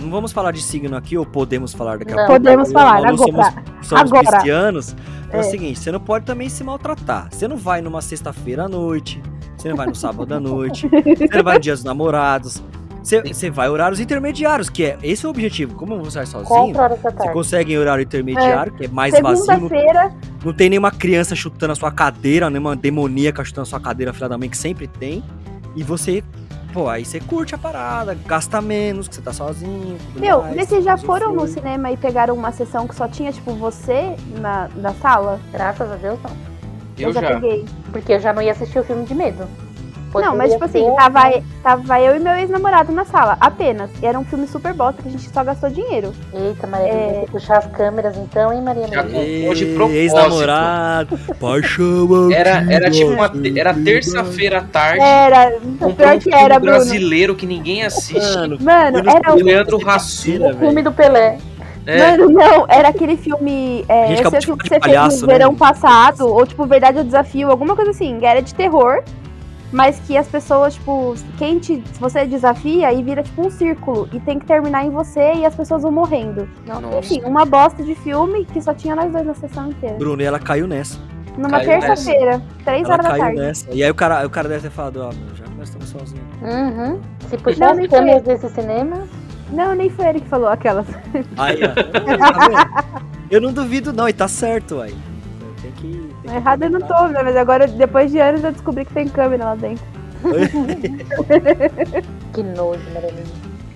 [SPEAKER 2] Não vamos falar de signo aqui, ou podemos falar daqui a
[SPEAKER 4] Não.
[SPEAKER 2] pouco.
[SPEAKER 5] Podemos
[SPEAKER 2] Eu e o
[SPEAKER 5] falar,
[SPEAKER 2] Malu
[SPEAKER 5] agora.
[SPEAKER 2] Somos, somos
[SPEAKER 5] Agora.
[SPEAKER 2] cristianos. Então é.
[SPEAKER 5] É.
[SPEAKER 2] o seguinte, você não pode também se maltratar. Você não vai numa sexta-feira à noite, você não vai no sábado à noite, você não vai no dia dos namorados. Você, você vai em horários intermediários, que é esse é o objetivo. Como você vai sozinho,
[SPEAKER 4] Quatro horas da
[SPEAKER 2] você
[SPEAKER 4] tarde.
[SPEAKER 2] consegue em horário intermediário, que é mais vazio, não
[SPEAKER 5] Segunda-feira,
[SPEAKER 2] não tem nenhuma criança chutando a sua cadeira, nenhuma demoníaca chutando a sua cadeira, filha da mãe, que sempre tem. E você, pô, aí você curte a parada, gasta menos, que você tá sozinho. tudo
[SPEAKER 5] meu,
[SPEAKER 2] mais,
[SPEAKER 5] vocês já
[SPEAKER 2] vê um
[SPEAKER 5] foram no
[SPEAKER 2] filme.
[SPEAKER 5] cinema e pegaram uma sessão que só tinha, tipo, você na, na sala?
[SPEAKER 4] Graças a Deus, não.
[SPEAKER 3] eu já.
[SPEAKER 5] peguei.
[SPEAKER 4] Porque eu já não ia assistir o filme de medo. Poderia
[SPEAKER 5] não, mas tipo assim,
[SPEAKER 4] ser-
[SPEAKER 5] tava, tava eu e meu ex-namorado na sala, apenas. E era um filme super bosta que a gente só gastou dinheiro.
[SPEAKER 4] Eita, Maria, tem
[SPEAKER 5] é
[SPEAKER 4] que puxar as câmeras então, hein, Maria?
[SPEAKER 3] Já
[SPEAKER 4] Maria?
[SPEAKER 3] com- de
[SPEAKER 2] Ei,
[SPEAKER 3] propósito.
[SPEAKER 2] Ex-namorado, paixão.
[SPEAKER 3] Era, era
[SPEAKER 2] antiga,
[SPEAKER 3] tipo uma. Era
[SPEAKER 2] vida.
[SPEAKER 3] terça-feira à tarde.
[SPEAKER 5] Era, o
[SPEAKER 3] comprou
[SPEAKER 5] É, pior
[SPEAKER 3] um
[SPEAKER 5] que
[SPEAKER 3] filme
[SPEAKER 5] era, Bruno.
[SPEAKER 3] brasileiro que ninguém assiste.
[SPEAKER 2] Mano,
[SPEAKER 5] Mano,
[SPEAKER 2] foi no
[SPEAKER 5] era,
[SPEAKER 2] cinema
[SPEAKER 3] Leandro
[SPEAKER 2] terça-feira,
[SPEAKER 3] Hassum.
[SPEAKER 2] velho.
[SPEAKER 4] Filme do Pelé.
[SPEAKER 3] É,
[SPEAKER 5] mano, não, era aquele filme.
[SPEAKER 2] A
[SPEAKER 5] É,
[SPEAKER 2] gente
[SPEAKER 5] eu
[SPEAKER 2] acabou
[SPEAKER 5] sei o
[SPEAKER 2] de
[SPEAKER 5] filme que
[SPEAKER 2] falar
[SPEAKER 5] você
[SPEAKER 2] de
[SPEAKER 5] fez
[SPEAKER 2] palhaço,
[SPEAKER 5] no
[SPEAKER 2] né,
[SPEAKER 5] verão
[SPEAKER 2] mano?
[SPEAKER 5] passado, ou tipo, Verdade ou Desafio, alguma coisa assim, que era de terror. Mas que as pessoas, tipo, quem te, se você desafia e vira tipo um círculo e tem que terminar em você e as pessoas vão morrendo.
[SPEAKER 3] Nossa.
[SPEAKER 5] Enfim, uma bosta de filme que só tinha nós dois na sessão inteira.
[SPEAKER 2] Bruno, e ela caiu nessa.
[SPEAKER 5] Numa
[SPEAKER 3] Caiu nessa.
[SPEAKER 5] terça-feira, três
[SPEAKER 2] Ela
[SPEAKER 5] horas da
[SPEAKER 2] caiu né?
[SPEAKER 5] tarde.
[SPEAKER 2] nessa. E aí o cara, o cara deve ter falado, ó, meu, já que nós estamos sozinhos.
[SPEAKER 4] Uhum. Se puxar
[SPEAKER 5] Não, é.
[SPEAKER 4] as
[SPEAKER 5] nem
[SPEAKER 4] câmeras desse cinema,
[SPEAKER 5] Não, nem foi ele que falou aquelas.
[SPEAKER 2] Aí, ó. Tá vendo? Eu não duvido, não, e tá certo, aí. Tem que. Tem que
[SPEAKER 5] Errado eu não
[SPEAKER 2] aproveitar.
[SPEAKER 5] tô, né? Mas agora, depois de anos, eu descobri que tem câmera lá dentro.
[SPEAKER 4] que nojo, Marilene.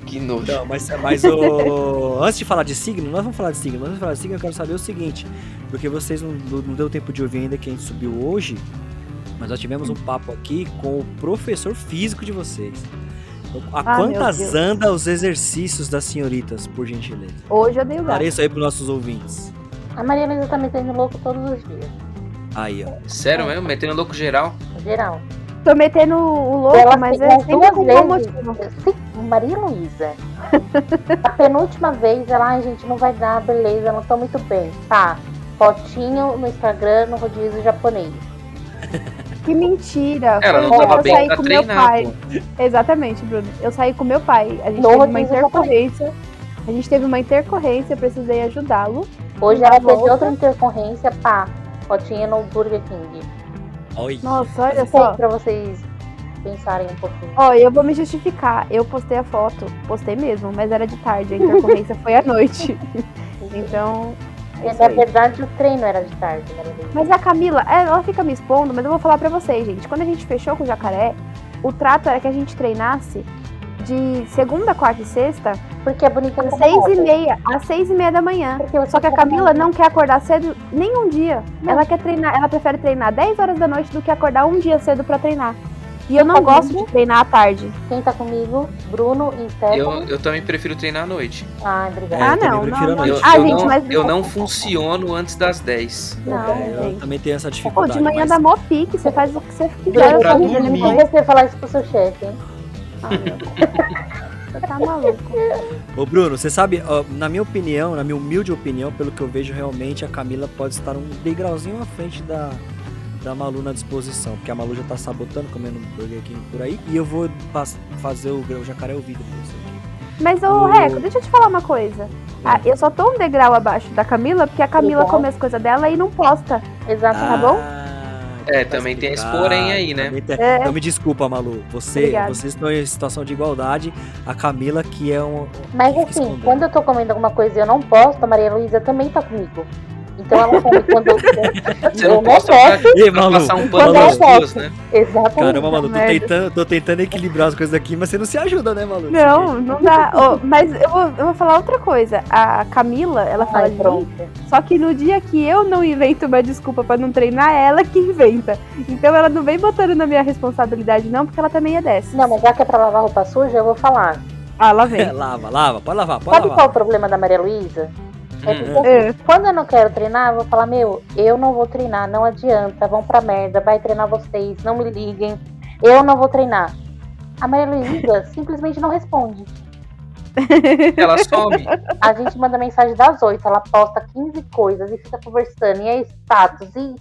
[SPEAKER 3] Que nojo.
[SPEAKER 2] Não, mas, mas o... antes de falar de signo, nós vamos falar de signo. mas Antes de falar de signo, eu quero saber o seguinte. Porque vocês não, não não deu tempo de ouvir ainda que a gente subiu hoje. Mas nós tivemos um papo aqui com o professor físico de vocês. Então, a
[SPEAKER 5] Ah, meu
[SPEAKER 2] quantas
[SPEAKER 5] Deus.
[SPEAKER 2] anda os exercícios das senhoritas, por gentileza?
[SPEAKER 5] Hoje eu dei o gato.
[SPEAKER 2] Pareça aí pros nossos ouvintes.
[SPEAKER 4] A Mariana já tá metendo louco todos os dias,
[SPEAKER 2] Aí, ó.
[SPEAKER 3] Sério mesmo? Metendo louco geral?
[SPEAKER 4] no geral.
[SPEAKER 5] Tô metendo o louco,
[SPEAKER 4] Ela
[SPEAKER 5] mas
[SPEAKER 4] se-
[SPEAKER 5] é
[SPEAKER 4] nas
[SPEAKER 5] sempre com um bom
[SPEAKER 4] duas
[SPEAKER 5] motivo.
[SPEAKER 4] vezes, sim, Maria Luísa. a penúltima vez, ela, ai, gente, não vai dar, beleza, não tô muito bem. Tá, fotinho no Instagram, no rodízio japonês.
[SPEAKER 5] Que mentira.
[SPEAKER 3] Ela
[SPEAKER 5] Foi
[SPEAKER 3] não
[SPEAKER 5] quando
[SPEAKER 3] tava
[SPEAKER 5] eu
[SPEAKER 3] bem
[SPEAKER 5] saí
[SPEAKER 3] pra
[SPEAKER 5] com meu
[SPEAKER 3] treinar,
[SPEAKER 5] pai.
[SPEAKER 3] pô.
[SPEAKER 5] Exatamente, Bruno. Eu saí com meu pai. A gente
[SPEAKER 4] No
[SPEAKER 5] teve uma
[SPEAKER 4] rodízio
[SPEAKER 5] intercorrência. A gente teve uma intercorrência, eu precisei ajudá-lo.
[SPEAKER 4] Hoje
[SPEAKER 5] Uma
[SPEAKER 4] ela teve
[SPEAKER 5] volta.
[SPEAKER 4] outra intercorrência, pá, fotinha no Burger King.
[SPEAKER 2] Oi.
[SPEAKER 5] Nossa, olha
[SPEAKER 4] Só
[SPEAKER 5] só.
[SPEAKER 4] pra vocês pensarem um pouquinho.
[SPEAKER 5] Ó, eu vou me justificar. Eu postei a foto. Postei mesmo, mas era de tarde. A intercorrência foi à noite. Então. é isso
[SPEAKER 4] Na
[SPEAKER 5] aí.
[SPEAKER 4] verdade, o treino era de tarde, né, Maria Luísa.
[SPEAKER 5] Mas a Camila, é, ela fica me expondo, mas eu vou falar pra vocês, gente. Quando a gente fechou com o jacaré, o trato era que a gente treinasse de segunda, quarta e sexta,
[SPEAKER 4] Porque é bonita
[SPEAKER 5] às
[SPEAKER 4] nessa
[SPEAKER 5] seis
[SPEAKER 4] moda.
[SPEAKER 5] e meia, às seis e meia da manhã.
[SPEAKER 4] Porque tá eu
[SPEAKER 5] Só
[SPEAKER 4] sou
[SPEAKER 5] que a Camila não quer acordar cedo nenhum dia. Ela quer treinar, ela prefere treinar 10 horas da noite do que acordar um dia cedo pra treinar. E eu não
[SPEAKER 4] Tá
[SPEAKER 5] gosto
[SPEAKER 4] vendo?
[SPEAKER 5] de treinar à tarde.
[SPEAKER 4] Quem tá comigo? Bruno e
[SPEAKER 3] Eu,
[SPEAKER 5] É
[SPEAKER 4] Stefano.
[SPEAKER 3] eu também prefiro treinar à noite.
[SPEAKER 4] Ah,
[SPEAKER 2] É,
[SPEAKER 4] obrigada.
[SPEAKER 5] ah,
[SPEAKER 2] eu também
[SPEAKER 5] não, não,
[SPEAKER 2] prefiro à
[SPEAKER 5] não.
[SPEAKER 2] noite.
[SPEAKER 5] Ah,
[SPEAKER 3] eu
[SPEAKER 5] gente,
[SPEAKER 3] não,
[SPEAKER 5] mas
[SPEAKER 3] eu não funciono antes das 10.
[SPEAKER 5] Não,
[SPEAKER 2] É, eu
[SPEAKER 5] gente.
[SPEAKER 2] também tenho essa
[SPEAKER 5] Pô,
[SPEAKER 2] dificuldade.
[SPEAKER 5] de manhã
[SPEAKER 2] mas-
[SPEAKER 5] dá mó pique, você faz o que você quiser.
[SPEAKER 3] Não,
[SPEAKER 5] eu
[SPEAKER 3] É, pra
[SPEAKER 5] tô
[SPEAKER 4] Bruno,
[SPEAKER 3] mim,
[SPEAKER 5] entendendo
[SPEAKER 4] eu
[SPEAKER 3] dormir.
[SPEAKER 4] não
[SPEAKER 5] coisa.
[SPEAKER 4] você falar isso pro seu chefe, hein?
[SPEAKER 5] Ah, meu Deus. Você tá maluco.
[SPEAKER 2] Ô Bruno, você sabe, ó, na minha opinião, na minha humilde opinião, pelo que eu vejo realmente, a Camila pode estar um degrauzinho à frente da, da Malu na disposição, porque a Malu já tá sabotando, comendo Burger King por aí, e eu vou pas- fazer o, o jacaré ouvir pra você.
[SPEAKER 5] Mas, ô,
[SPEAKER 2] O-
[SPEAKER 5] Reco, deixa eu te falar uma coisa. Ah, eu só tô um degrau abaixo da Camila, porque a Camila
[SPEAKER 4] Legal.
[SPEAKER 5] come as coisas dela e não posta.
[SPEAKER 4] Exato.
[SPEAKER 5] tá bom?
[SPEAKER 3] É, também tem esse porém aí, né?
[SPEAKER 2] Ah, Também tem-
[SPEAKER 5] É.
[SPEAKER 2] Então me desculpa, Malu, você,
[SPEAKER 5] Obrigada.
[SPEAKER 2] vocês estão em situação de igualdade, a Camila que é um...
[SPEAKER 4] Mas
[SPEAKER 2] que fica
[SPEAKER 4] assim,
[SPEAKER 2] escondendo.
[SPEAKER 4] quando eu tô comendo alguma coisa e eu não posto, a Maria Luísa também tá comigo. Então ela come quando eu.
[SPEAKER 3] Você não
[SPEAKER 4] eu
[SPEAKER 3] posta pra, pra
[SPEAKER 2] Ei, Malu,
[SPEAKER 3] passar um
[SPEAKER 2] Malu.
[SPEAKER 3] pano nas duas, né?
[SPEAKER 4] Exatamente.
[SPEAKER 2] caramba, Malu, tô
[SPEAKER 5] merda.
[SPEAKER 2] tentando, tô tentando equilibrar as coisas aqui, mas você não se ajuda, né, Malu?
[SPEAKER 5] Não, não dá. Ô, mas eu vou, eu vou falar outra coisa. A Camila, ela fala
[SPEAKER 4] Ai,
[SPEAKER 5] de mim,
[SPEAKER 4] pronto.
[SPEAKER 5] só que no dia que eu não invento uma desculpa pra não treinar, é ela que inventa. Então ela não vem botando na minha responsabilidade, não, porque ela também é dessa.
[SPEAKER 4] Não, mas já que é pra lavar roupa suja, eu vou falar.
[SPEAKER 5] Ah, lá
[SPEAKER 2] É,
[SPEAKER 5] vem.
[SPEAKER 2] lava, lava, pode lavar, pode
[SPEAKER 4] Sabe
[SPEAKER 2] lavar.
[SPEAKER 4] qual é o problema da Maria Luísa?
[SPEAKER 2] Uhum.
[SPEAKER 4] É
[SPEAKER 3] Hum.
[SPEAKER 4] porque
[SPEAKER 5] É.
[SPEAKER 4] quando eu não quero treinar, eu vou falar, meu, eu não vou treinar, não adianta, vão pra merda, vai treinar vocês, não me liguem, eu não vou treinar. A Maria Luísa simplesmente não responde.
[SPEAKER 3] Ela some.
[SPEAKER 4] A gente manda mensagem das 8, ela posta 15 coisas e fica conversando, e é status, e,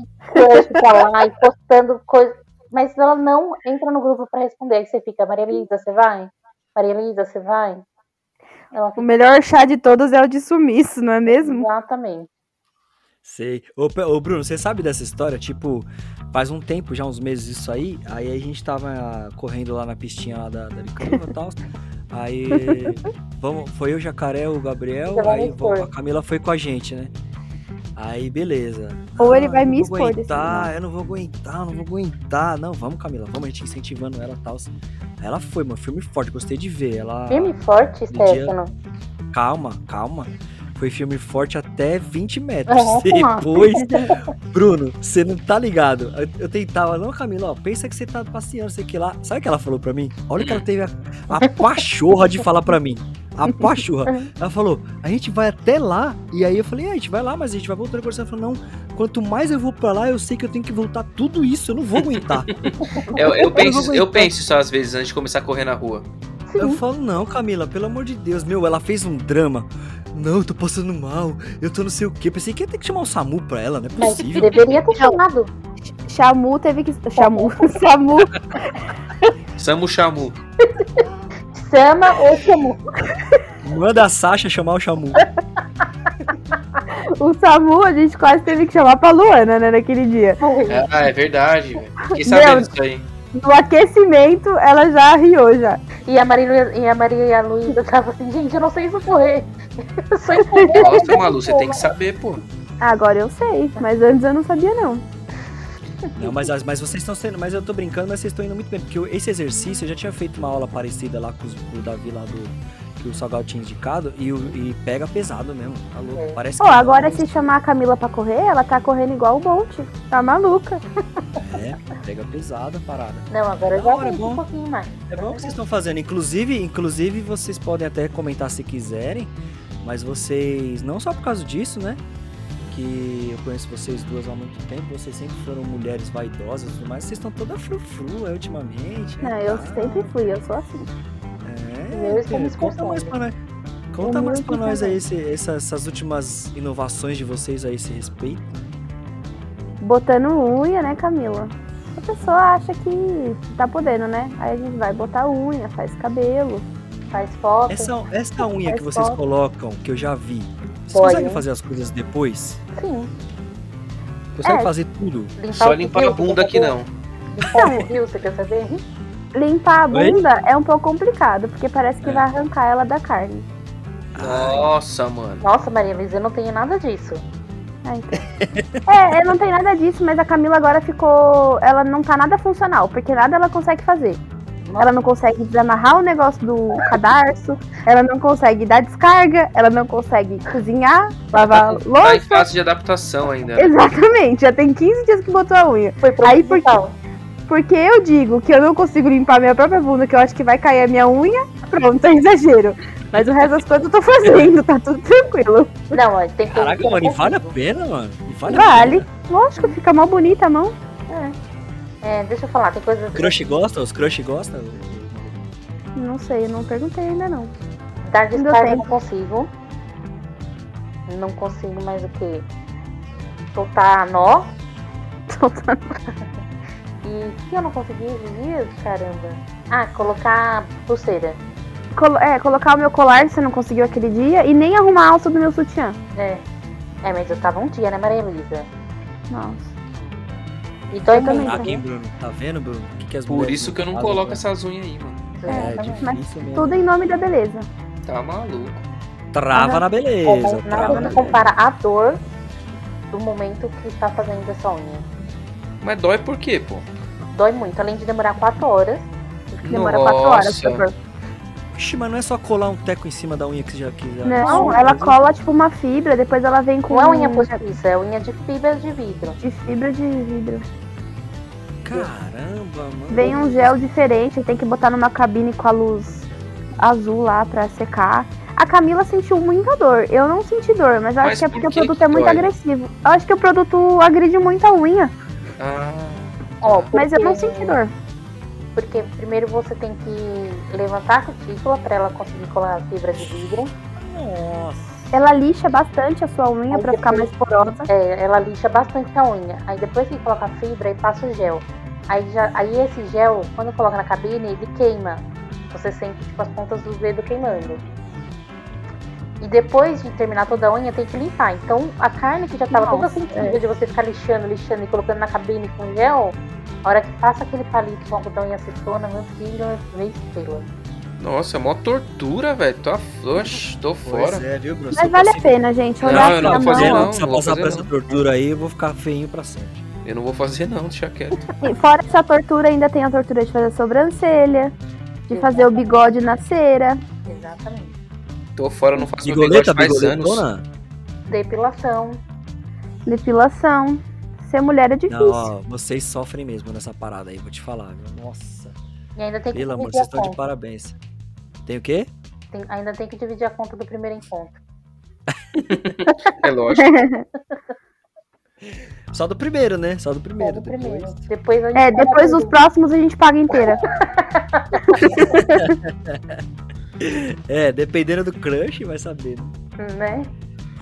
[SPEAKER 4] e post pra lá, e postando coisas. Mas ela não entra no grupo pra responder. Aí você fica, Maria Luísa, você vai? Maria Luísa, você vai? Ela
[SPEAKER 5] O
[SPEAKER 4] fica,
[SPEAKER 5] melhor chá de todos é o de sumiço, não é mesmo?
[SPEAKER 4] exatamente.
[SPEAKER 2] Sei. Ô, Pe- ô, Bruno, você sabe dessa história? Tipo, faz um tempo, já uns meses isso aí. Aí a gente tava correndo lá na pistinha lá da, da Bicanova e tal. Aí. Vamos, foi eu, o Jacaré, o Gabriel.
[SPEAKER 4] Você vai
[SPEAKER 2] Aí
[SPEAKER 4] me expor.
[SPEAKER 2] vamos- a Camila foi com a gente, né? Aí, beleza. Ah,
[SPEAKER 5] Ou ele vai
[SPEAKER 2] eu não
[SPEAKER 5] me
[SPEAKER 2] vou
[SPEAKER 5] expor desse
[SPEAKER 2] Aguentar, eu não vou aguentar, eu não vou aguentar. Não, vamos, Camila, vamos, a gente incentivando ela e tal. Aí ela foi, mano, filme forte, gostei de ver. Ela. um
[SPEAKER 4] Firme e forte,
[SPEAKER 2] Ah,
[SPEAKER 4] né?
[SPEAKER 2] dia-
[SPEAKER 4] Stefano.
[SPEAKER 2] Calma, calma. Foi filme forte até 20 metros.
[SPEAKER 4] Nossa.
[SPEAKER 2] Depois, Bruno, você não tá ligado. Eu, eu tentava, não, Camila, ó, pensa que você tá passeando, sei que lá. Sabe o que ela falou pra mim? Olha o que ela teve a, a pachorra de falar pra mim. A pachorra. Ela falou, a gente vai até lá. E aí eu falei, é, a gente vai lá, mas a gente vai voltando conversando. Ela falou, não, quanto mais eu vou pra lá, eu sei que eu tenho que voltar tudo isso, eu não vou aguentar.
[SPEAKER 3] Eu, eu, penso,
[SPEAKER 2] vou
[SPEAKER 3] eu
[SPEAKER 2] aguentar.
[SPEAKER 3] penso isso às vezes antes de começar a correr na rua.
[SPEAKER 2] Eu falo, não, Camila, pelo amor de Deus, meu, ela fez um drama. Não, eu tô passando mal, eu tô não sei o quê. Pensei que ia ter que chamar o SAMU pra ela, não é
[SPEAKER 4] Mas
[SPEAKER 2] possível.
[SPEAKER 4] deveria ter chamado.
[SPEAKER 5] Chamu teve que. Chamu. Samu
[SPEAKER 3] Samu Chamu.
[SPEAKER 4] Chama ou chamou.
[SPEAKER 2] Manda a Sasha chamar o SAMU.
[SPEAKER 5] O Samu, a gente quase teve que chamar pra Luana, né, naquele dia.
[SPEAKER 3] Ah, é verdade. velho. Fiquei sabendo
[SPEAKER 5] Meu-
[SPEAKER 3] disso aí.
[SPEAKER 5] No aquecimento, ela já riu já.
[SPEAKER 4] E a Maria, e a Maria Luísa tava assim, gente, eu não sei escorrer. Eu sou escorrer.
[SPEAKER 3] Nossa, Malu, você tem que saber, pô.
[SPEAKER 5] Ah, Agora eu sei, mas antes eu não sabia não.
[SPEAKER 2] Não, mas, as- mas vocês estão sendo. Mas eu tô brincando, mas vocês estão indo muito bem. Porque eu- esse exercício eu já tinha feito uma aula parecida lá com, os- com o Davi lá do. Que o Salgado tinha indicado e, o- e pega pesado mesmo. Tá louco?
[SPEAKER 4] É.
[SPEAKER 2] Parece
[SPEAKER 5] Pô,
[SPEAKER 2] que. não,
[SPEAKER 5] agora
[SPEAKER 2] mas
[SPEAKER 5] se chamar a Camila pra correr, ela tá correndo igual o Bolt. Tá maluca.
[SPEAKER 2] É, pega pesado a parada.
[SPEAKER 4] Não, agora eu
[SPEAKER 2] Da
[SPEAKER 4] já
[SPEAKER 2] hora,
[SPEAKER 4] aprendi
[SPEAKER 2] bom.
[SPEAKER 4] um pouquinho mais.
[SPEAKER 2] É bom o que vocês estão fazendo. Inclusive, inclusive, vocês podem até comentar se quiserem. Mas vocês, não só por causa disso, né? Que eu conheço vocês duas há muito tempo. Vocês sempre foram mulheres vaidosas e tudo mais. Vocês estão toda frufru é, ultimamente.
[SPEAKER 5] Não,
[SPEAKER 2] é,
[SPEAKER 5] eu
[SPEAKER 2] tá.
[SPEAKER 5] sempre fui, eu sou assim.
[SPEAKER 2] É,
[SPEAKER 4] Eu estou
[SPEAKER 2] Pedro,
[SPEAKER 4] me
[SPEAKER 2] conta
[SPEAKER 4] esforçando.
[SPEAKER 2] mais pra nós. Conta
[SPEAKER 5] Eu
[SPEAKER 2] mais
[SPEAKER 5] muito
[SPEAKER 2] pra nós aí esse- essa- essas últimas inovações de vocês a esse respeito.
[SPEAKER 5] Tá Botando unha, né, Camila? A pessoa acha que tá podendo, né? Aí a gente vai botar unha, faz cabelo.
[SPEAKER 4] Faz foto.
[SPEAKER 2] Essa, essa unha
[SPEAKER 5] faz
[SPEAKER 2] que vocês
[SPEAKER 5] foto.
[SPEAKER 2] colocam, que eu já vi, vocês
[SPEAKER 4] Boia.
[SPEAKER 2] conseguem
[SPEAKER 5] né?
[SPEAKER 2] fazer as coisas depois?
[SPEAKER 4] Sim.
[SPEAKER 2] Conseguem
[SPEAKER 5] É.
[SPEAKER 2] fazer tudo?
[SPEAKER 4] Limpar
[SPEAKER 3] Só
[SPEAKER 4] o
[SPEAKER 3] limpar
[SPEAKER 4] pio,
[SPEAKER 3] a
[SPEAKER 4] você quer
[SPEAKER 3] bunda aqui né?
[SPEAKER 4] saber?
[SPEAKER 3] não.
[SPEAKER 4] Limpar o pio, Então, você quer saber?
[SPEAKER 5] Limpar a
[SPEAKER 2] Oi?
[SPEAKER 5] bunda é um pouco complicado, porque parece que
[SPEAKER 2] É.
[SPEAKER 5] vai arrancar ela da carne.
[SPEAKER 3] Nossa, mano.
[SPEAKER 4] Nossa, Maria Luísa, eu não tenho nada disso.
[SPEAKER 5] Ah, então. é, é, não tem nada disso, mas a Camila agora ficou. Ela não tá nada funcional, porque nada ela consegue fazer. Ela não consegue desamarrar o negócio do cadarço, ela não consegue dar descarga, ela não consegue cozinhar, lavar
[SPEAKER 3] Tá em
[SPEAKER 5] louça.
[SPEAKER 3] fase de adaptação ainda. né?
[SPEAKER 5] Exatamente, já tem 15 dias que botou a unha.
[SPEAKER 4] Foi pro
[SPEAKER 5] Aí, por quê?
[SPEAKER 4] hospital.
[SPEAKER 5] Porque eu digo que eu não consigo limpar minha própria bunda, que eu acho que vai cair a minha unha, pronto, é exagero. Mas o resto das coisas eu tô fazendo, tá tudo tranquilo.
[SPEAKER 4] Não, ó, tem coisa que
[SPEAKER 2] Caraca,
[SPEAKER 4] eu
[SPEAKER 2] mano, e
[SPEAKER 4] não
[SPEAKER 2] vale a
[SPEAKER 4] consigo.
[SPEAKER 2] pena, mano? E vale, A
[SPEAKER 5] Vale.
[SPEAKER 2] pena.
[SPEAKER 5] Lógico, fica mal bonita a mão.
[SPEAKER 4] É, deixa eu falar, tem coisas
[SPEAKER 2] Crush gosta? Os crush gostam?
[SPEAKER 5] Não sei, eu não perguntei ainda não.
[SPEAKER 4] Dar
[SPEAKER 5] Ainda
[SPEAKER 4] descarga eu
[SPEAKER 5] tem.
[SPEAKER 4] não consigo. Não consigo mais o quê? Soltar nó.
[SPEAKER 5] Soltar
[SPEAKER 4] E o que eu não consegui esses dias? Caramba. Ah, colocar pulseira.
[SPEAKER 5] Colo- é, colocar o meu colar se você não conseguiu aquele dia e nem arrumar a alça do meu sutiã.
[SPEAKER 4] É. É, mas eu tava um dia, né, Maria Luísa?
[SPEAKER 5] Nossa.
[SPEAKER 4] E dói
[SPEAKER 5] Eu também
[SPEAKER 4] muito.
[SPEAKER 5] tá
[SPEAKER 2] Caraca, hein, Bruno? Tá vendo, Bruno? O que, que as
[SPEAKER 3] Por
[SPEAKER 2] mulheres
[SPEAKER 3] isso que eu não
[SPEAKER 2] fazem,
[SPEAKER 3] coloco
[SPEAKER 2] né?
[SPEAKER 3] essas unhas aí, mano.
[SPEAKER 2] É,
[SPEAKER 4] Exatamente.
[SPEAKER 5] Mas
[SPEAKER 2] difícil mesmo.
[SPEAKER 5] Tudo em nome da beleza.
[SPEAKER 3] Tá maluco.
[SPEAKER 2] Trava na
[SPEAKER 5] É.
[SPEAKER 2] beleza. tá.
[SPEAKER 4] Como-
[SPEAKER 2] trava na
[SPEAKER 4] Nada me
[SPEAKER 2] beleza.
[SPEAKER 4] compara a dor do momento que tá fazendo essa unha.
[SPEAKER 3] Mas dói por quê, pô?
[SPEAKER 4] Dói muito, além de demorar 4 horas.
[SPEAKER 5] Demora quatro horas.
[SPEAKER 3] Nossa.
[SPEAKER 5] pra-
[SPEAKER 2] Oxi, mas não é só colar um teco em cima da unha que você já quis.
[SPEAKER 5] Não, ela cola tipo uma fibra, depois ela vem com um
[SPEAKER 4] Não é unha postiça, é unha de fibra de vidro.
[SPEAKER 5] de fibra de vidro.
[SPEAKER 2] Caramba, mano.
[SPEAKER 5] Vem um gel diferente, tem que botar numa cabine com a luz azul lá pra secar. A Camila sentiu muita dor. Eu não senti dor, mas eu acho
[SPEAKER 3] Mas
[SPEAKER 5] que é
[SPEAKER 3] por
[SPEAKER 5] porque o
[SPEAKER 3] que
[SPEAKER 5] produto
[SPEAKER 3] que
[SPEAKER 5] é muito
[SPEAKER 3] dói?
[SPEAKER 5] agressivo. Eu acho que o produto agride muito a unha,
[SPEAKER 3] Ah,
[SPEAKER 4] Ó,
[SPEAKER 5] mas eu não
[SPEAKER 4] porque-
[SPEAKER 5] senti dor.
[SPEAKER 4] Porque primeiro você tem que levantar a cutícula pra ela conseguir colar a fibra de vidro.
[SPEAKER 2] Nossa.
[SPEAKER 5] Ela lixa bastante a sua unha
[SPEAKER 4] Aí
[SPEAKER 5] pra ficar mais
[SPEAKER 4] depois-
[SPEAKER 5] porosa.
[SPEAKER 4] É, ela lixa bastante a unha. Aí depois que coloca a fibra, aí passa o gel. Aí, já, aí esse gel, quando coloca na cabine, ele queima. Você sente tipo, as pontas dos dedos queimando. E depois de terminar toda a unha, tem que limpar. Então a carne que já tava toda
[SPEAKER 5] Nossa,
[SPEAKER 4] sentida de você ficar lixando, lixando e colocando na cabine com gel, a hora que passa aquele palito com algodão e acetona, meu filho, é meio estrela.
[SPEAKER 3] nossa, é mó tortura, velho. Tô, af- oxe, tô
[SPEAKER 2] Pois
[SPEAKER 3] fora.
[SPEAKER 2] é, viu, Bruno?
[SPEAKER 5] Mas vale a pena, gente,
[SPEAKER 3] Não,
[SPEAKER 5] olhar
[SPEAKER 3] eu
[SPEAKER 5] pra
[SPEAKER 3] não
[SPEAKER 5] mão.
[SPEAKER 3] vou fazer, não.
[SPEAKER 2] Se
[SPEAKER 3] não
[SPEAKER 2] eu
[SPEAKER 3] vou
[SPEAKER 2] passar
[SPEAKER 3] fazer,
[SPEAKER 2] por
[SPEAKER 3] não.
[SPEAKER 2] essa tortura aí, eu vou ficar feinho pra sempre.
[SPEAKER 3] Eu não vou fazer não, deixa quieto.
[SPEAKER 5] E fora essa tortura, ainda tem a tortura de fazer a sobrancelha, de fazer o bigode na cera.
[SPEAKER 4] Exatamente.
[SPEAKER 3] Tô fora, eu não faço meu bigode
[SPEAKER 2] Bigoleta,
[SPEAKER 3] faz anos.
[SPEAKER 2] bigoletona?
[SPEAKER 4] Depilação.
[SPEAKER 5] Depilação. Ser mulher é difícil.
[SPEAKER 2] Não, ó, vocês sofrem mesmo nessa parada aí, vou te falar. viu? Nossa.
[SPEAKER 4] E ainda tem que
[SPEAKER 2] Pelo amor,
[SPEAKER 4] dividir
[SPEAKER 2] vocês
[SPEAKER 4] a
[SPEAKER 2] estão de
[SPEAKER 4] conta.
[SPEAKER 2] parabéns. Tem o quê?
[SPEAKER 4] Tem- ainda tem que dividir a conta do primeiro encontro.
[SPEAKER 3] É lógico.
[SPEAKER 2] Só do primeiro, né? Só do
[SPEAKER 4] É,
[SPEAKER 2] primeiro.
[SPEAKER 4] do
[SPEAKER 2] depois.
[SPEAKER 4] primeiro. Depois a gente
[SPEAKER 5] É,
[SPEAKER 4] paga
[SPEAKER 5] depois
[SPEAKER 4] tudo.
[SPEAKER 5] dos próximos a gente paga inteira.
[SPEAKER 2] É, dependendo do crush, vai saber. né?
[SPEAKER 4] Hum, né?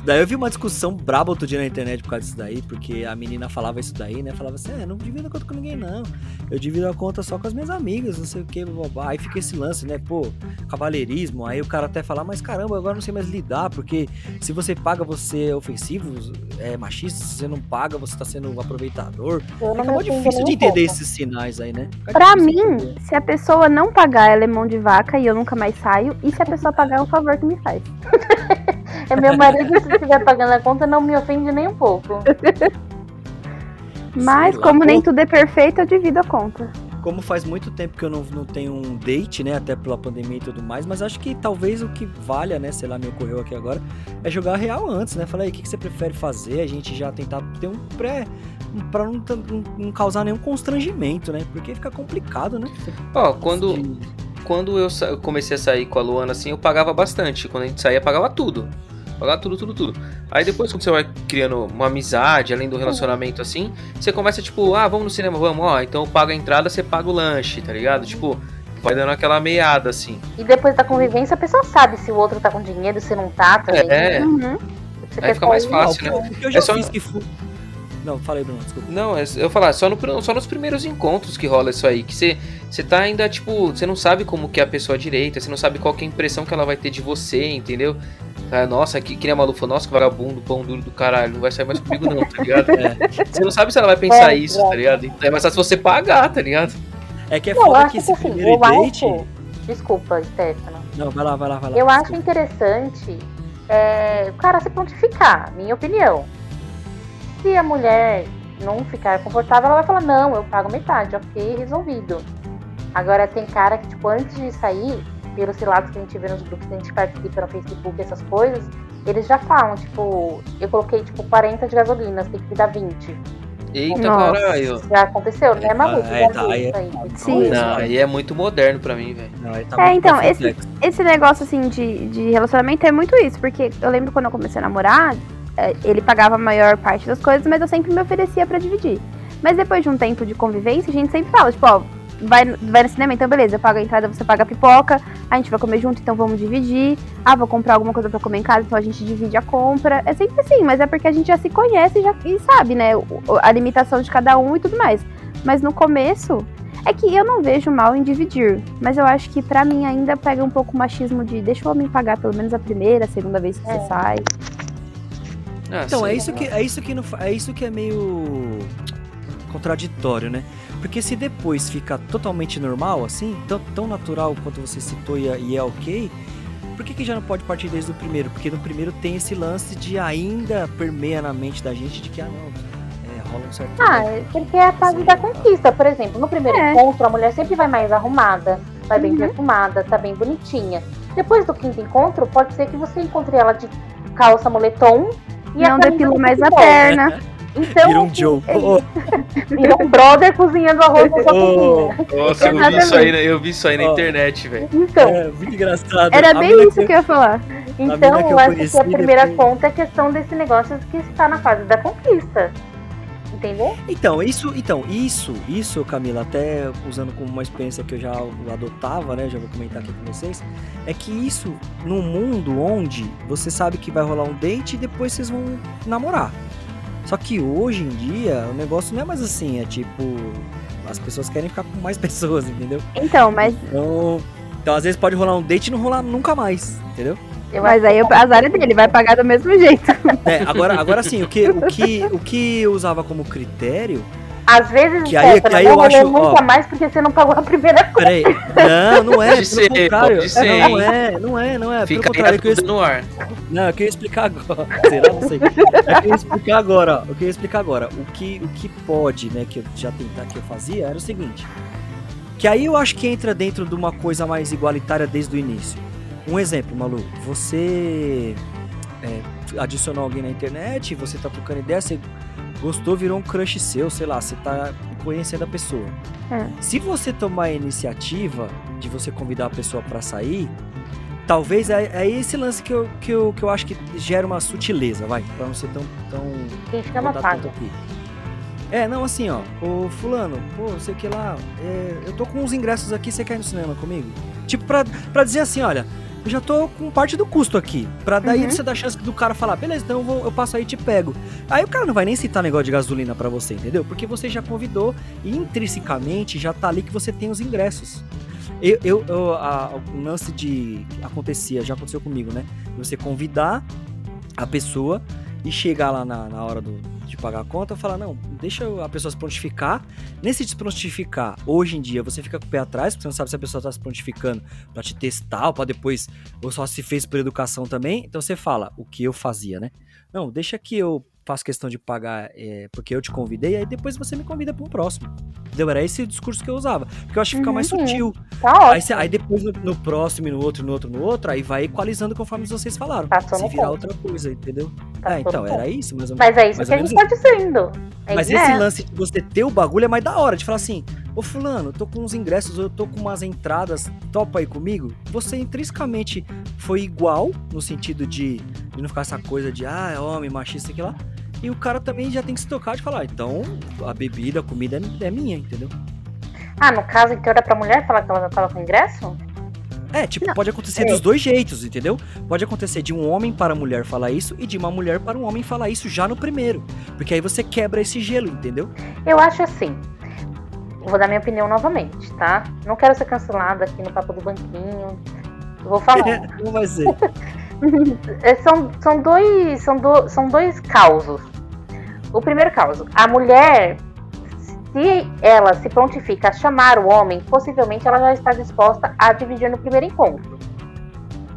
[SPEAKER 2] Daí eu vi uma discussão braba outro dia na internet por causa disso daí, porque a menina falava isso daí, né? Falava assim, é, não divido a conta com ninguém, não. Eu divido a conta só com as minhas amigas, não sei o que, babá. Aí fica esse lance, né? Pô, cavalheirismo. Aí o cara até fala, mas caramba, agora não sei mais lidar, porque se você paga, você é ofensivo, é machista, se você não paga, você tá sendo um aproveitador.
[SPEAKER 4] Eu não
[SPEAKER 2] Acabou
[SPEAKER 4] me ofendo
[SPEAKER 2] difícil de
[SPEAKER 4] nem um
[SPEAKER 2] entender
[SPEAKER 4] pouco.
[SPEAKER 2] esses sinais aí, né? Fica
[SPEAKER 5] Pra
[SPEAKER 2] difícil de
[SPEAKER 5] mim,
[SPEAKER 2] entender.
[SPEAKER 5] se a pessoa não pagar, ela é mão de vaca e eu nunca mais saio. E se a pessoa pagar, é um favor que me faz.
[SPEAKER 4] É meu marido, se estiver pagando a conta, não me ofende nem um pouco.
[SPEAKER 5] Mas,
[SPEAKER 2] Sei lá,
[SPEAKER 5] como nem
[SPEAKER 2] pô.
[SPEAKER 5] tudo é perfeito, eu divido a conta.
[SPEAKER 2] Como faz muito tempo que eu não, não tenho um date, né? Até pela pandemia e tudo mais, mas acho que talvez o que valha, né? Sei lá, me ocorreu aqui agora, é jogar real antes, né? Falar aí, o que, que você prefere fazer? A gente já tentar ter um pré. um- Pra não, tan- não- não causar nenhum constrangimento, né? Porque fica complicado, né? Você-
[SPEAKER 3] Ó, quando, quando eu sa- eu comecei a sair com a Luana, assim, eu pagava bastante. Quando a gente saía, pagava tudo. Pagava tudo, tudo, tudo. Aí depois, quando você vai criando uma amizade, além do relacionamento, assim, você começa, tipo, ah, vamos no cinema, vamos, ó. Então eu pago a entrada, você paga o lanche, tá ligado? Tipo, vai dando aquela meiada, assim.
[SPEAKER 4] E depois da convivência, a pessoa sabe se o outro tá com dinheiro, se não tá também.
[SPEAKER 3] É,
[SPEAKER 5] Uhum.
[SPEAKER 4] Você
[SPEAKER 3] aí
[SPEAKER 4] quer
[SPEAKER 3] fica mais
[SPEAKER 4] sair,
[SPEAKER 2] Ah, o
[SPEAKER 3] fácil,
[SPEAKER 2] que
[SPEAKER 3] né?
[SPEAKER 2] eu- o que eu já
[SPEAKER 3] só-
[SPEAKER 2] fiz que fu- Não, falei, Bruno, desculpa.
[SPEAKER 3] Não, é- eu falar, só, no, só nos primeiros encontros que rola isso aí, que você, você tá ainda, tipo, você não sabe como que é a pessoa direita, você não sabe qual que é a impressão que ela vai ter de você, entendeu? Ah, nossa, que, que nem a Malu falou, nossa, que vagabundo, pão duro do caralho, não vai sair mais comigo não, tá ligado? Você não sabe se ela vai pensar
[SPEAKER 4] É,
[SPEAKER 3] isso, tá ligado? Então É mais fácil você pagar, tá ligado?
[SPEAKER 2] É
[SPEAKER 3] né?
[SPEAKER 2] que é
[SPEAKER 4] Eu
[SPEAKER 2] foda
[SPEAKER 4] acho
[SPEAKER 2] que
[SPEAKER 4] que
[SPEAKER 2] esse
[SPEAKER 4] assim,
[SPEAKER 2] primeiro
[SPEAKER 4] eu
[SPEAKER 2] date.
[SPEAKER 4] acho. Desculpa, Stefano.
[SPEAKER 2] Não, vai lá, vai lá, vai lá.
[SPEAKER 4] Eu acho
[SPEAKER 2] desculpa.
[SPEAKER 4] interessante é, o cara se pontificar, minha opinião. Se a mulher não ficar confortável, ela vai falar, não, eu pago metade, ok, resolvido. Agora tem cara que, tipo, antes de sair, pelos relatos que a gente vê nos grupos que a gente participa no Facebook, essas coisas, eles já falam, tipo, eu coloquei tipo 40 de gasolina, tem que me dar 20.
[SPEAKER 3] Eita,
[SPEAKER 5] Nossa.
[SPEAKER 3] caralho.
[SPEAKER 4] Já aconteceu, né,
[SPEAKER 2] É,
[SPEAKER 4] maluco?
[SPEAKER 2] é,
[SPEAKER 4] Já
[SPEAKER 2] tá,
[SPEAKER 4] viu
[SPEAKER 2] aí é-
[SPEAKER 4] isso aí.
[SPEAKER 5] Sim.
[SPEAKER 3] Não, aí é muito moderno pra mim, velho.
[SPEAKER 2] Não, aí tá
[SPEAKER 5] É,
[SPEAKER 2] muito
[SPEAKER 5] então,
[SPEAKER 2] mais
[SPEAKER 5] esse-
[SPEAKER 2] complexo.
[SPEAKER 5] Esse negócio, assim, de, de relacionamento é muito isso. Porque eu lembro quando eu comecei a namorar, é, ele pagava a maior parte das coisas, mas eu sempre me oferecia pra dividir. Mas depois de um tempo de convivência, a gente sempre fala, tipo, ó, vai, no- vai no cinema, então beleza, eu pago a entrada, você paga a pipoca, a gente vai comer junto, então vamos dividir. Ah, vou comprar alguma coisa pra comer em casa, então a gente divide a compra. É sempre assim, mas é porque a gente já se conhece e já, e sabe, né, o- o- a limitação de cada um e tudo mais. Mas no começo, é que eu não vejo mal em dividir, mas eu acho que pra mim ainda pega um pouco o machismo de deixa o homem pagar pelo menos a primeira, a segunda vez que
[SPEAKER 4] É.
[SPEAKER 5] você sai.
[SPEAKER 3] Ah,
[SPEAKER 2] Então, é
[SPEAKER 3] sei
[SPEAKER 2] isso
[SPEAKER 3] lá.
[SPEAKER 2] que é isso que não, fa- é isso que é meio contraditório, né? Porque se depois fica totalmente normal assim, tão, tão natural quanto você citou e é, e é ok, por que, que já não pode partir desde o primeiro? Porque no primeiro tem esse lance de ainda permeia na mente da gente de que ah não, é, rola um certo.
[SPEAKER 4] Ah, é porque é a fase da conquista, por exemplo. No primeiro
[SPEAKER 5] É.
[SPEAKER 4] encontro, a mulher sempre vai mais arrumada, vai bem
[SPEAKER 5] Uhum.
[SPEAKER 4] perfumada, tá bem bonitinha. Depois do quinto encontro, pode ser que você encontre ela de calça moletom e a
[SPEAKER 5] não
[SPEAKER 4] camisa
[SPEAKER 5] depilo
[SPEAKER 4] do
[SPEAKER 5] mais a
[SPEAKER 4] futebol.
[SPEAKER 5] perna.
[SPEAKER 4] Então,
[SPEAKER 2] Vira um Joe. Ô, ô,
[SPEAKER 4] vira um brother cozinhando arroz
[SPEAKER 2] Oh.
[SPEAKER 4] na sua
[SPEAKER 2] Ô.
[SPEAKER 4] cozinha.
[SPEAKER 3] Nossa, eu vi
[SPEAKER 5] Exatamente.
[SPEAKER 3] isso aí, na- eu vi isso aí na
[SPEAKER 2] Ó.
[SPEAKER 3] internet, velho.
[SPEAKER 4] Então,
[SPEAKER 2] é, muito engraçado.
[SPEAKER 5] Era
[SPEAKER 2] A mina
[SPEAKER 5] bem isso que eu ia falar.
[SPEAKER 4] então
[SPEAKER 2] que eu
[SPEAKER 4] eu acho
[SPEAKER 2] conheci
[SPEAKER 4] que a primeira
[SPEAKER 2] depois-
[SPEAKER 4] conta é questão desse negócio que está na fase da conquista. Entendeu?
[SPEAKER 2] Então, isso, então, isso, isso, Camila, até usando como uma experiência que eu já adotava, né? Já vou comentar aqui com vocês, é que isso num mundo onde você sabe que vai rolar um date e depois vocês vão namorar. Só que hoje em dia o negócio não é mais assim, é tipo, as pessoas querem ficar com mais pessoas, entendeu?
[SPEAKER 5] Então, mas,
[SPEAKER 2] Então, então às vezes pode rolar um date e não rolar nunca mais, entendeu?
[SPEAKER 4] Eu
[SPEAKER 5] mas
[SPEAKER 4] acho
[SPEAKER 5] aí
[SPEAKER 4] que-
[SPEAKER 5] o azar é dele, vai pagar do mesmo jeito.
[SPEAKER 2] É, agora, agora sim, o que, o que, o que eu usava como critério
[SPEAKER 4] Às vezes,
[SPEAKER 2] Que aí- é
[SPEAKER 4] Stefano,
[SPEAKER 2] que aí
[SPEAKER 4] não
[SPEAKER 2] eu
[SPEAKER 4] rolê
[SPEAKER 2] acho, ó.
[SPEAKER 4] nunca mais porque você não pagou a primeira
[SPEAKER 2] Peraí. Não, não é.
[SPEAKER 3] Pode
[SPEAKER 2] pelo
[SPEAKER 3] ser,
[SPEAKER 2] contrário.
[SPEAKER 3] pode ser,
[SPEAKER 2] Não,
[SPEAKER 3] hein?
[SPEAKER 2] é, não é, não é.
[SPEAKER 3] Fica
[SPEAKER 2] pelo
[SPEAKER 3] aí
[SPEAKER 2] contrário,
[SPEAKER 3] a
[SPEAKER 2] eu
[SPEAKER 3] dúvida
[SPEAKER 2] queria,
[SPEAKER 3] no ar.
[SPEAKER 2] não, eu queria explicar agora. Será? Não sei. Eu queria explicar agora, ó. Eu queria explicar agora. O que, o que pode, né, que eu já tentar que eu fazia era o seguinte. Que aí eu acho que entra dentro de uma coisa mais igualitária desde o início. Um exemplo, Malu. Você é, adicionou alguém na internet, você tá trocando ideia, você gostou, virou um crush seu, sei lá, você tá conhecendo a pessoa.
[SPEAKER 5] É.
[SPEAKER 2] Se você tomar a iniciativa de você convidar a pessoa pra sair, talvez é, é esse lance que eu, que, eu, que eu acho que gera uma sutileza, vai, pra não ser tão. tão
[SPEAKER 4] Quem chama
[SPEAKER 2] vou dar
[SPEAKER 4] paga.
[SPEAKER 2] tanto aqui. É, não, assim, ó, ô fulano, pô, não sei o que lá, é, eu tô com uns ingressos aqui, você quer ir no cinema comigo? Tipo, pra, pra dizer assim, olha, eu já tô com parte do custo aqui. Pra daí
[SPEAKER 5] Uhum.
[SPEAKER 2] você dar chance do cara falar, beleza, então eu, vou- eu passo aí e te pego. Aí o cara não vai nem citar negócio de gasolina pra você, entendeu? Porque você já convidou e intrinsecamente já tá ali que você tem os ingressos. Eu, eu, eu- a- o lance de. acontecia, já aconteceu comigo, né? Você convidar a pessoa e chegar lá na, na hora do- de pagar a conta, falar, não, deixa a pessoa se prontificar. Nesse se prontificar, hoje em dia, você fica com o pé atrás, porque você não sabe se a pessoa tá se prontificando pra te testar ou pra depois, ou só se fez por educação também. Então você fala, o que eu fazia, né? Não, deixa que eu faço questão de pagar é, porque eu te convidei, aí depois você me convida pra um próximo. Entendeu? Era esse o discurso que eu usava. Porque eu acho que fica mais
[SPEAKER 4] Uhum.
[SPEAKER 2] sutil.
[SPEAKER 4] Tá ótimo.
[SPEAKER 2] Aí, cê- aí depois no, no próximo, e no outro, no outro, no outro, aí vai equalizando conforme vocês falaram.
[SPEAKER 4] Passou
[SPEAKER 2] se
[SPEAKER 4] no
[SPEAKER 2] virar
[SPEAKER 4] Tá ponto.
[SPEAKER 2] outra coisa, entendeu?
[SPEAKER 4] Passou
[SPEAKER 2] é, então,
[SPEAKER 4] no
[SPEAKER 2] era isso, mais ou menos.
[SPEAKER 4] Mas é isso
[SPEAKER 2] Mais
[SPEAKER 4] que
[SPEAKER 2] ou
[SPEAKER 4] a gente
[SPEAKER 2] menos
[SPEAKER 4] tá dizendo. É
[SPEAKER 2] Mas
[SPEAKER 4] isso
[SPEAKER 2] esse
[SPEAKER 4] mesmo.
[SPEAKER 2] lance de você ter o bagulho é mais da hora, de falar assim, ô fulano, eu tô com uns ingressos, eu tô com umas entradas, topa aí comigo. Você intrinsecamente foi igual, no sentido de, de não ficar essa coisa de, ah, é homem, machista, sei que lá. E o cara também já tem que se tocar de falar, "Ah, então a bebida, a comida é, é minha, entendeu?
[SPEAKER 4] Ah, no caso, então era pra mulher falar que ela não tava com ingresso?
[SPEAKER 2] É, tipo, pode acontecer
[SPEAKER 4] é.
[SPEAKER 2] dos dois jeitos, entendeu? Pode acontecer de um homem para a mulher falar isso e de uma mulher para um homem falar isso já no primeiro. Porque aí você quebra esse gelo, entendeu?
[SPEAKER 4] Eu acho assim. Vou dar minha opinião novamente, tá? Não quero ser cancelada aqui no papo do banquinho. Vou
[SPEAKER 3] Ah.
[SPEAKER 4] falar.
[SPEAKER 2] Não vai ser.
[SPEAKER 4] É, são, são dois são, do- são dois causos. O primeiro caso, a mulher, se ela se prontifica a chamar o homem, possivelmente ela já está disposta a dividir no primeiro encontro.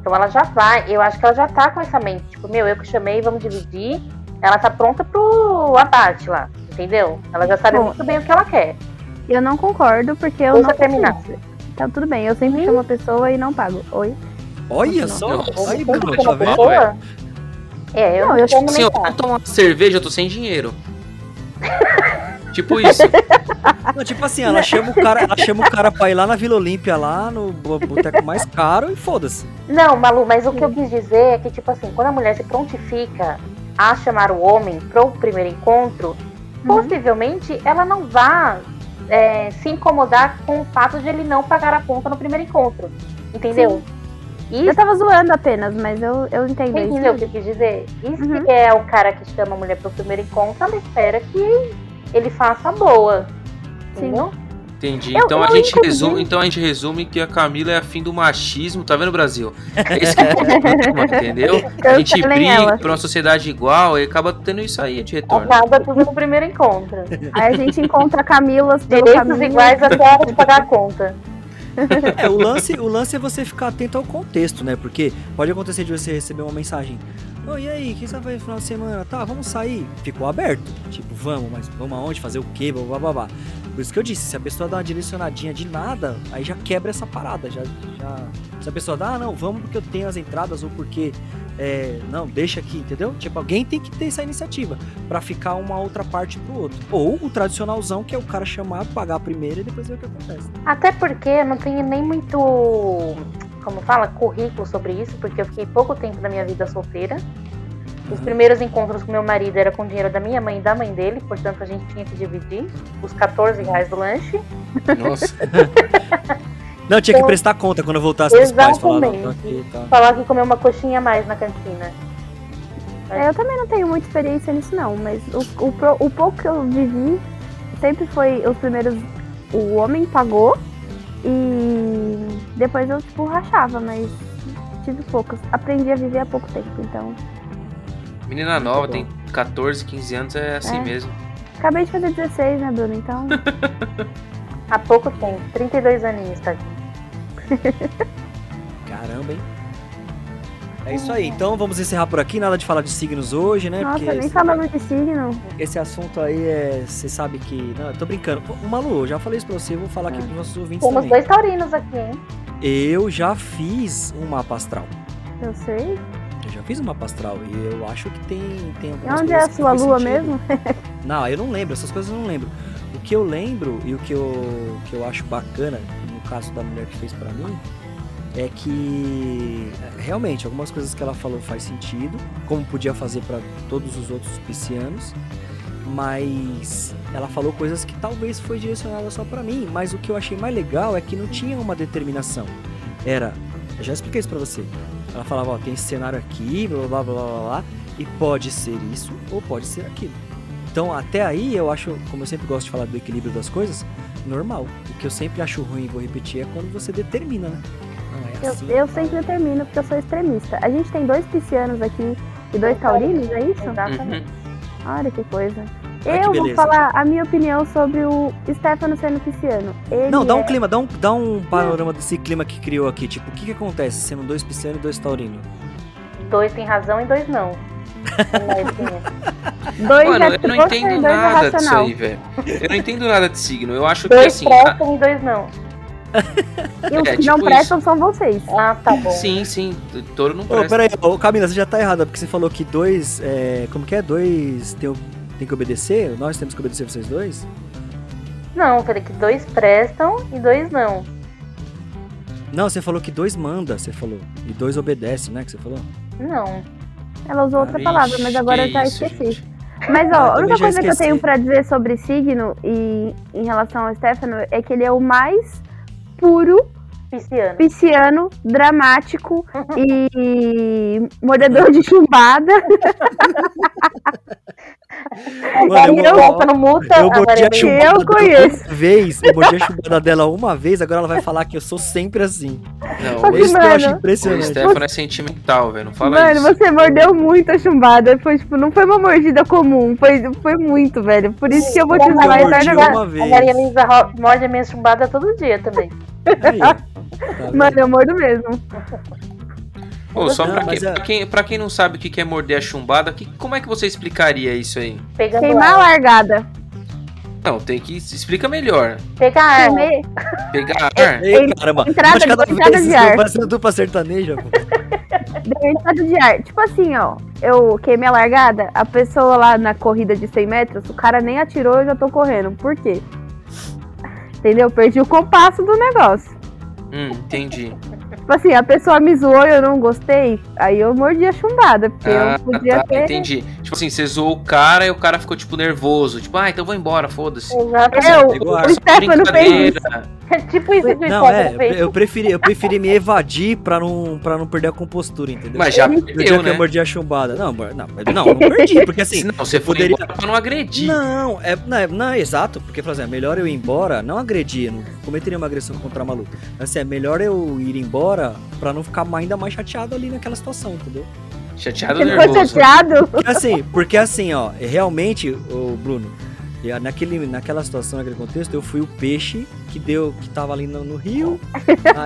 [SPEAKER 4] Então ela já vai, eu acho que ela já tá com essa mente, tipo, meu, eu que chamei, vamos dividir. Ela tá pronta pro abate lá, entendeu? Ela já sabe
[SPEAKER 5] Bom,
[SPEAKER 4] muito bem o que ela quer.
[SPEAKER 5] Eu não concordo, porque eu
[SPEAKER 4] Deixa
[SPEAKER 5] não
[SPEAKER 4] eu terminar. Hum?
[SPEAKER 5] consigo. Então tudo bem, eu sempre chamo a pessoa e não pago. Oi?
[SPEAKER 2] Olha
[SPEAKER 5] Não,
[SPEAKER 2] só,
[SPEAKER 3] não.
[SPEAKER 2] aí,
[SPEAKER 4] Como
[SPEAKER 2] Bruno,
[SPEAKER 4] que
[SPEAKER 2] tá
[SPEAKER 4] uma
[SPEAKER 3] vendo?
[SPEAKER 2] vendo?
[SPEAKER 4] pessoa- É, eu
[SPEAKER 5] Não,
[SPEAKER 4] não,
[SPEAKER 5] eu-
[SPEAKER 4] eu
[SPEAKER 3] Assim, eu vou tomar uma cerveja, eu tô sem dinheiro. tipo isso.
[SPEAKER 2] Não, tipo assim, ela chama o cara, ela chama o cara pra ir lá na Vila Olímpia, lá no bo- boteco mais caro e foda-se.
[SPEAKER 4] Não, Malu, mas o que eu quis dizer é que, tipo assim, quando a mulher se prontifica a chamar o homem pro primeiro encontro,
[SPEAKER 5] Uhum.
[SPEAKER 4] possivelmente ela não vá é, se incomodar com o fato de ele não pagar a conta no primeiro encontro. Entendeu?
[SPEAKER 5] Eu
[SPEAKER 4] Isso,
[SPEAKER 5] tava zoando apenas, mas eu, eu entendo é isso.
[SPEAKER 4] entendeu o que eu quis dizer? Isso
[SPEAKER 5] Uhum.
[SPEAKER 4] que é o cara que chama a mulher pro primeiro encontro, ela espera que ele faça a boa.
[SPEAKER 5] Sim.
[SPEAKER 4] Entendeu?
[SPEAKER 3] Entendi.
[SPEAKER 4] Eu-
[SPEAKER 3] Então a,
[SPEAKER 4] eu
[SPEAKER 3] gente
[SPEAKER 4] entendi.
[SPEAKER 3] resume, então a gente resume que a Camila é afim do machismo, tá vendo, Brasil? É isso que é o problema, entendeu? A gente
[SPEAKER 5] Cancelem
[SPEAKER 3] briga
[SPEAKER 5] ela.
[SPEAKER 3] pra uma sociedade igual e acaba tendo Então é isso aí de retorno.
[SPEAKER 4] Acaba tudo no primeiro encontro.
[SPEAKER 5] Aí a gente encontra Camilas pelo
[SPEAKER 4] Direitos
[SPEAKER 5] caminho.
[SPEAKER 4] iguais até a hora de pagar a conta.
[SPEAKER 2] É, o lance, o lance é você ficar atento ao contexto, né? Porque pode acontecer de você receber uma mensagem. Ô, e aí, quem sabe vai no final de semana? Tá, vamos sair. Ficou aberto. Tipo, vamos, mas vamos aonde? Fazer o quê? Blá, blá, blá, blá. Por isso que eu disse, se a pessoa dá uma direcionadinha de nada, aí já quebra essa parada. Já, já... Se a pessoa dá, ah, não, vamos porque eu tenho as entradas ou porque. é, não, deixa aqui, entendeu? Tipo, alguém tem que ter essa iniciativa pra ficar uma outra parte pro outro. Ou o tradicionalzão, que é o cara chamar, pagar primeiro e depois ver o que acontece.
[SPEAKER 4] Até porque eu não tenho nem muito, como fala, currículo sobre isso, porque eu fiquei pouco tempo da minha vida solteira. Os
[SPEAKER 3] Uhum.
[SPEAKER 4] primeiros encontros com meu marido era com dinheiro da minha mãe e da mãe dele, portanto a gente tinha que dividir os 14 reais do lanche.
[SPEAKER 3] Nossa.
[SPEAKER 2] Não, tinha que
[SPEAKER 4] Então,
[SPEAKER 2] prestar conta quando eu voltasse dos pais. Falar, não, tá
[SPEAKER 4] exatamente.
[SPEAKER 2] aqui, tá.
[SPEAKER 4] Falar que comeu uma coxinha a mais na cantina.
[SPEAKER 5] É, Eu também não tenho muita experiência nisso, não, mas o, o, pro- o pouco que eu vivi sempre foi os primeiros. O homem pagou e depois eu, tipo, rachava, mas tive poucos. Aprendi a viver há pouco tempo, então.
[SPEAKER 3] Menina nova,
[SPEAKER 2] bom.
[SPEAKER 3] tem 14, 15 anos, é assim
[SPEAKER 5] É.
[SPEAKER 3] mesmo.
[SPEAKER 5] Acabei de fazer 16, né, Bruno? Então.
[SPEAKER 4] Há pouco tempo, 32 aninhos, tá?
[SPEAKER 2] Caramba, hein? É isso aí. Então vamos encerrar por aqui. Nada de falar de signos hoje, né?
[SPEAKER 5] Nossa, nem
[SPEAKER 2] esse,
[SPEAKER 5] falando de signo.
[SPEAKER 2] esse assunto aí é. Você sabe que. Não, eu tô brincando. Ô, Malu, eu já falei isso pra você, eu vou falar aqui pros nossos ouvintes
[SPEAKER 4] Temos
[SPEAKER 2] também.
[SPEAKER 4] dois taurinos aqui, hein?
[SPEAKER 2] Eu já fiz um mapa astral.
[SPEAKER 5] Eu sei.
[SPEAKER 2] Eu já fiz um mapa astral e eu acho que tem, tem
[SPEAKER 5] E
[SPEAKER 2] algumas
[SPEAKER 5] onde é
[SPEAKER 2] coisas
[SPEAKER 5] a
[SPEAKER 2] que
[SPEAKER 5] sua
[SPEAKER 2] faz
[SPEAKER 5] lua
[SPEAKER 2] sentido.
[SPEAKER 5] mesmo?
[SPEAKER 2] Não, eu não lembro, essas coisas eu não lembro. O que eu lembro e o que eu, que eu acho bacana, no caso da mulher que fez pra mim, é que é, realmente algumas coisas que ela falou faz sentido, como podia fazer pra todos os outros piscianos, mas ela falou coisas que talvez foi direcionada só pra mim, mas o que eu achei mais legal é que não tinha uma determinação. Era Eu já expliquei isso pra você. Ela falava, ó, tem esse cenário aqui, blá blá blá blá blá, blá, e pode ser isso ou pode ser aquilo. Então até aí eu acho, como eu sempre gosto de falar do equilíbrio das coisas, normal. O que eu sempre acho ruim, vou repetir, é quando você determina, né? Não, é assim.
[SPEAKER 5] Eu, eu sempre determino porque eu sou extremista. A gente tem dois piscianos aqui e dois taurinos, é
[SPEAKER 3] Uhum.
[SPEAKER 5] isso?
[SPEAKER 4] Exatamente.
[SPEAKER 5] Olha que coisa.
[SPEAKER 2] Olha que
[SPEAKER 5] eu vou
[SPEAKER 2] beleza.
[SPEAKER 5] falar a minha opinião sobre o Stefano sendo pisciano. Ele
[SPEAKER 2] Não, dá
[SPEAKER 5] é-
[SPEAKER 2] um clima, dá um, dá um panorama desse clima que criou aqui. Tipo, o que, que acontece sendo dois piscianos e dois taurinos?
[SPEAKER 4] Dois tem razão e dois não. Mas, assim,
[SPEAKER 5] Dois
[SPEAKER 3] Mano,
[SPEAKER 5] é
[SPEAKER 3] eu não
[SPEAKER 5] você,
[SPEAKER 3] entendo
[SPEAKER 5] dois é
[SPEAKER 3] nada disso
[SPEAKER 5] racional. é
[SPEAKER 3] aí, velho. Eu não entendo nada de signo. Eu acho que
[SPEAKER 4] Dois
[SPEAKER 3] assim. a-
[SPEAKER 4] prestam e dois não.
[SPEAKER 5] E os
[SPEAKER 3] É,
[SPEAKER 5] que não
[SPEAKER 3] tipo
[SPEAKER 5] prestam são vocês.
[SPEAKER 4] Ah, tá bom.
[SPEAKER 3] Sim, sim. Touro não
[SPEAKER 2] Ô,
[SPEAKER 3] presta.
[SPEAKER 2] peraí, ô, Camila, você já tá errada, porque você falou que dois. É, como que é? Dois tem, tem que obedecer? Nós temos que obedecer vocês dois?
[SPEAKER 4] Não, falei que dois prestam e dois não.
[SPEAKER 2] Não, você falou que dois manda, você falou. E dois obedece, né? Que você falou?
[SPEAKER 4] Não.
[SPEAKER 5] Ela usou outra
[SPEAKER 3] Ixi,
[SPEAKER 5] palavra, mas agora eu
[SPEAKER 3] que
[SPEAKER 5] já
[SPEAKER 3] isso,
[SPEAKER 5] esqueci.
[SPEAKER 3] gente.
[SPEAKER 5] Mas
[SPEAKER 2] Ah, eu
[SPEAKER 5] ó, a
[SPEAKER 2] também
[SPEAKER 5] única
[SPEAKER 2] já
[SPEAKER 5] coisa que eu
[SPEAKER 2] esqueci.
[SPEAKER 5] tenho pra dizer sobre signo e em relação ao Stefano é que ele é o mais puro
[SPEAKER 4] Pisciano.
[SPEAKER 5] pisciano, dramático e mordedor de chumbada.
[SPEAKER 2] Mano,
[SPEAKER 5] eu-
[SPEAKER 4] Agora não multa,
[SPEAKER 2] Eu
[SPEAKER 4] agora
[SPEAKER 2] botei a
[SPEAKER 4] eu
[SPEAKER 5] chu-
[SPEAKER 4] venho.
[SPEAKER 2] chumbada
[SPEAKER 5] eu
[SPEAKER 2] dela
[SPEAKER 5] conheço.
[SPEAKER 2] uma vez, eu botei a chumbada dela uma vez, agora ela vai falar que eu sou sempre assim.
[SPEAKER 3] Não,
[SPEAKER 5] Mas,
[SPEAKER 2] É isso que eu acho
[SPEAKER 5] Tá mano,
[SPEAKER 3] o, o
[SPEAKER 2] impressionante.
[SPEAKER 3] Stefano é sentimental, velho. Não fala
[SPEAKER 5] Mano,
[SPEAKER 3] isso.
[SPEAKER 5] você mordeu muito a chumbada. Foi tipo, não foi uma mordida comum, foi, foi muito, velho. Por isso que eu vou te
[SPEAKER 4] Eu
[SPEAKER 2] Eu
[SPEAKER 5] usar
[SPEAKER 4] mordi
[SPEAKER 2] mordi
[SPEAKER 5] eternamente.
[SPEAKER 2] uma
[SPEAKER 4] A
[SPEAKER 2] vez.
[SPEAKER 4] Maria Luísa Ro- morde a minha chumbada todo dia também.
[SPEAKER 2] Aí, ó. Tá vendo?
[SPEAKER 5] Mano, eu mordo mesmo.
[SPEAKER 3] Ô, só
[SPEAKER 2] Não,
[SPEAKER 3] pra,
[SPEAKER 2] mas
[SPEAKER 3] quem,
[SPEAKER 2] é-
[SPEAKER 3] pra, quem, pra quem não sabe o que que é morder a chumbada, que, como é que você explicaria isso aí?
[SPEAKER 4] Pegando
[SPEAKER 5] Queimar a
[SPEAKER 4] ar.
[SPEAKER 5] largada.
[SPEAKER 3] Não, tem que. Explica melhor.
[SPEAKER 4] Pegar ar.
[SPEAKER 5] Comer-
[SPEAKER 3] Pegar ar.
[SPEAKER 5] É,
[SPEAKER 2] Ei, caramba.
[SPEAKER 5] entrada
[SPEAKER 2] mas
[SPEAKER 5] de-
[SPEAKER 2] cada
[SPEAKER 5] entrada
[SPEAKER 2] vez
[SPEAKER 5] de
[SPEAKER 2] eu
[SPEAKER 5] ar.
[SPEAKER 2] parecendo tá dupla sertaneja, pô.
[SPEAKER 5] Deu estado de ar. Tipo assim, ó. Eu queimei a largada, a pessoa lá na corrida de 100 metros, o cara nem atirou, eu já tô correndo. Por quê? Entendeu? Perdi o compasso do negócio.
[SPEAKER 3] Hum, entendi.
[SPEAKER 5] Tipo assim, a pessoa me zoou e eu não gostei, aí eu mordi a chumbada, porque
[SPEAKER 3] Ah,
[SPEAKER 5] eu podia
[SPEAKER 3] tá,
[SPEAKER 5] ter...
[SPEAKER 3] entendi. Tipo assim, você zoou o cara e o cara ficou, tipo, nervoso. Tipo, ah, então vou embora, foda-se. Tipo assim,
[SPEAKER 4] Exatamente.
[SPEAKER 5] Eu,
[SPEAKER 2] Pegou ar.
[SPEAKER 5] É, o Stefano fez isso.
[SPEAKER 3] Brincadeira.
[SPEAKER 4] tipo isso que o
[SPEAKER 2] Não, é,
[SPEAKER 4] Stefano fez.
[SPEAKER 2] eu preferi, eu preferi me evadir pra não, pra não perder a compostura, entendeu?
[SPEAKER 3] Mas já
[SPEAKER 5] No
[SPEAKER 2] No dia
[SPEAKER 3] perdeu,
[SPEAKER 2] que eu
[SPEAKER 3] né?
[SPEAKER 2] mordi a chumbada. Não, mor- não, não, não perdi, porque assim.
[SPEAKER 3] Se não, você foi
[SPEAKER 2] poderia-
[SPEAKER 3] embora pra não agredir.
[SPEAKER 2] Não, é, não, é, não, é exato, porque, por exemplo, é melhor eu ir embora, não agredir, não cometeria uma agressão contra a maluca. Assim, é melhor eu ir embora pra não ficar ma- ainda mais chateado ali naquela situação, entendeu?
[SPEAKER 3] Chateado ou
[SPEAKER 5] Ele foi
[SPEAKER 3] nervoso.
[SPEAKER 5] chateado.
[SPEAKER 2] Porque assim, porque assim, ó, realmente, o Bruno, eu- naquele, naquela situação, naquele contexto, eu fui o peixe que deu, que tava ali no, no rio,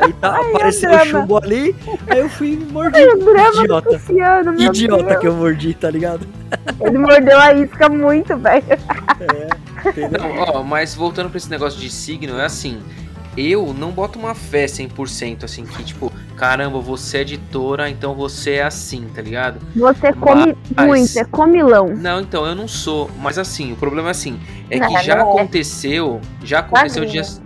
[SPEAKER 2] aí tá aparecendo o
[SPEAKER 5] é drama.
[SPEAKER 2] chumbo ali, aí eu fui e mordi.
[SPEAKER 5] O drama do
[SPEAKER 2] Idiota.
[SPEAKER 5] Luciano, meu
[SPEAKER 2] Idiota que eu mordi, tá ligado?
[SPEAKER 5] Deus. Ele mordeu a isca muito, velho.
[SPEAKER 2] Entendeu?
[SPEAKER 3] Não, ó, mas voltando pra esse negócio de signo, é assim. Eu não boto uma fé 100%, assim, que tipo, caramba, você é de touro, então você é assim, tá ligado?
[SPEAKER 5] Você come
[SPEAKER 3] Mas-
[SPEAKER 5] muito, é comilão.
[SPEAKER 3] Não, então, eu não sou. Mas assim, o problema é assim, é
[SPEAKER 4] Não,
[SPEAKER 3] que já
[SPEAKER 4] não é.
[SPEAKER 3] aconteceu, já aconteceu
[SPEAKER 4] Magrinha.
[SPEAKER 3] dias...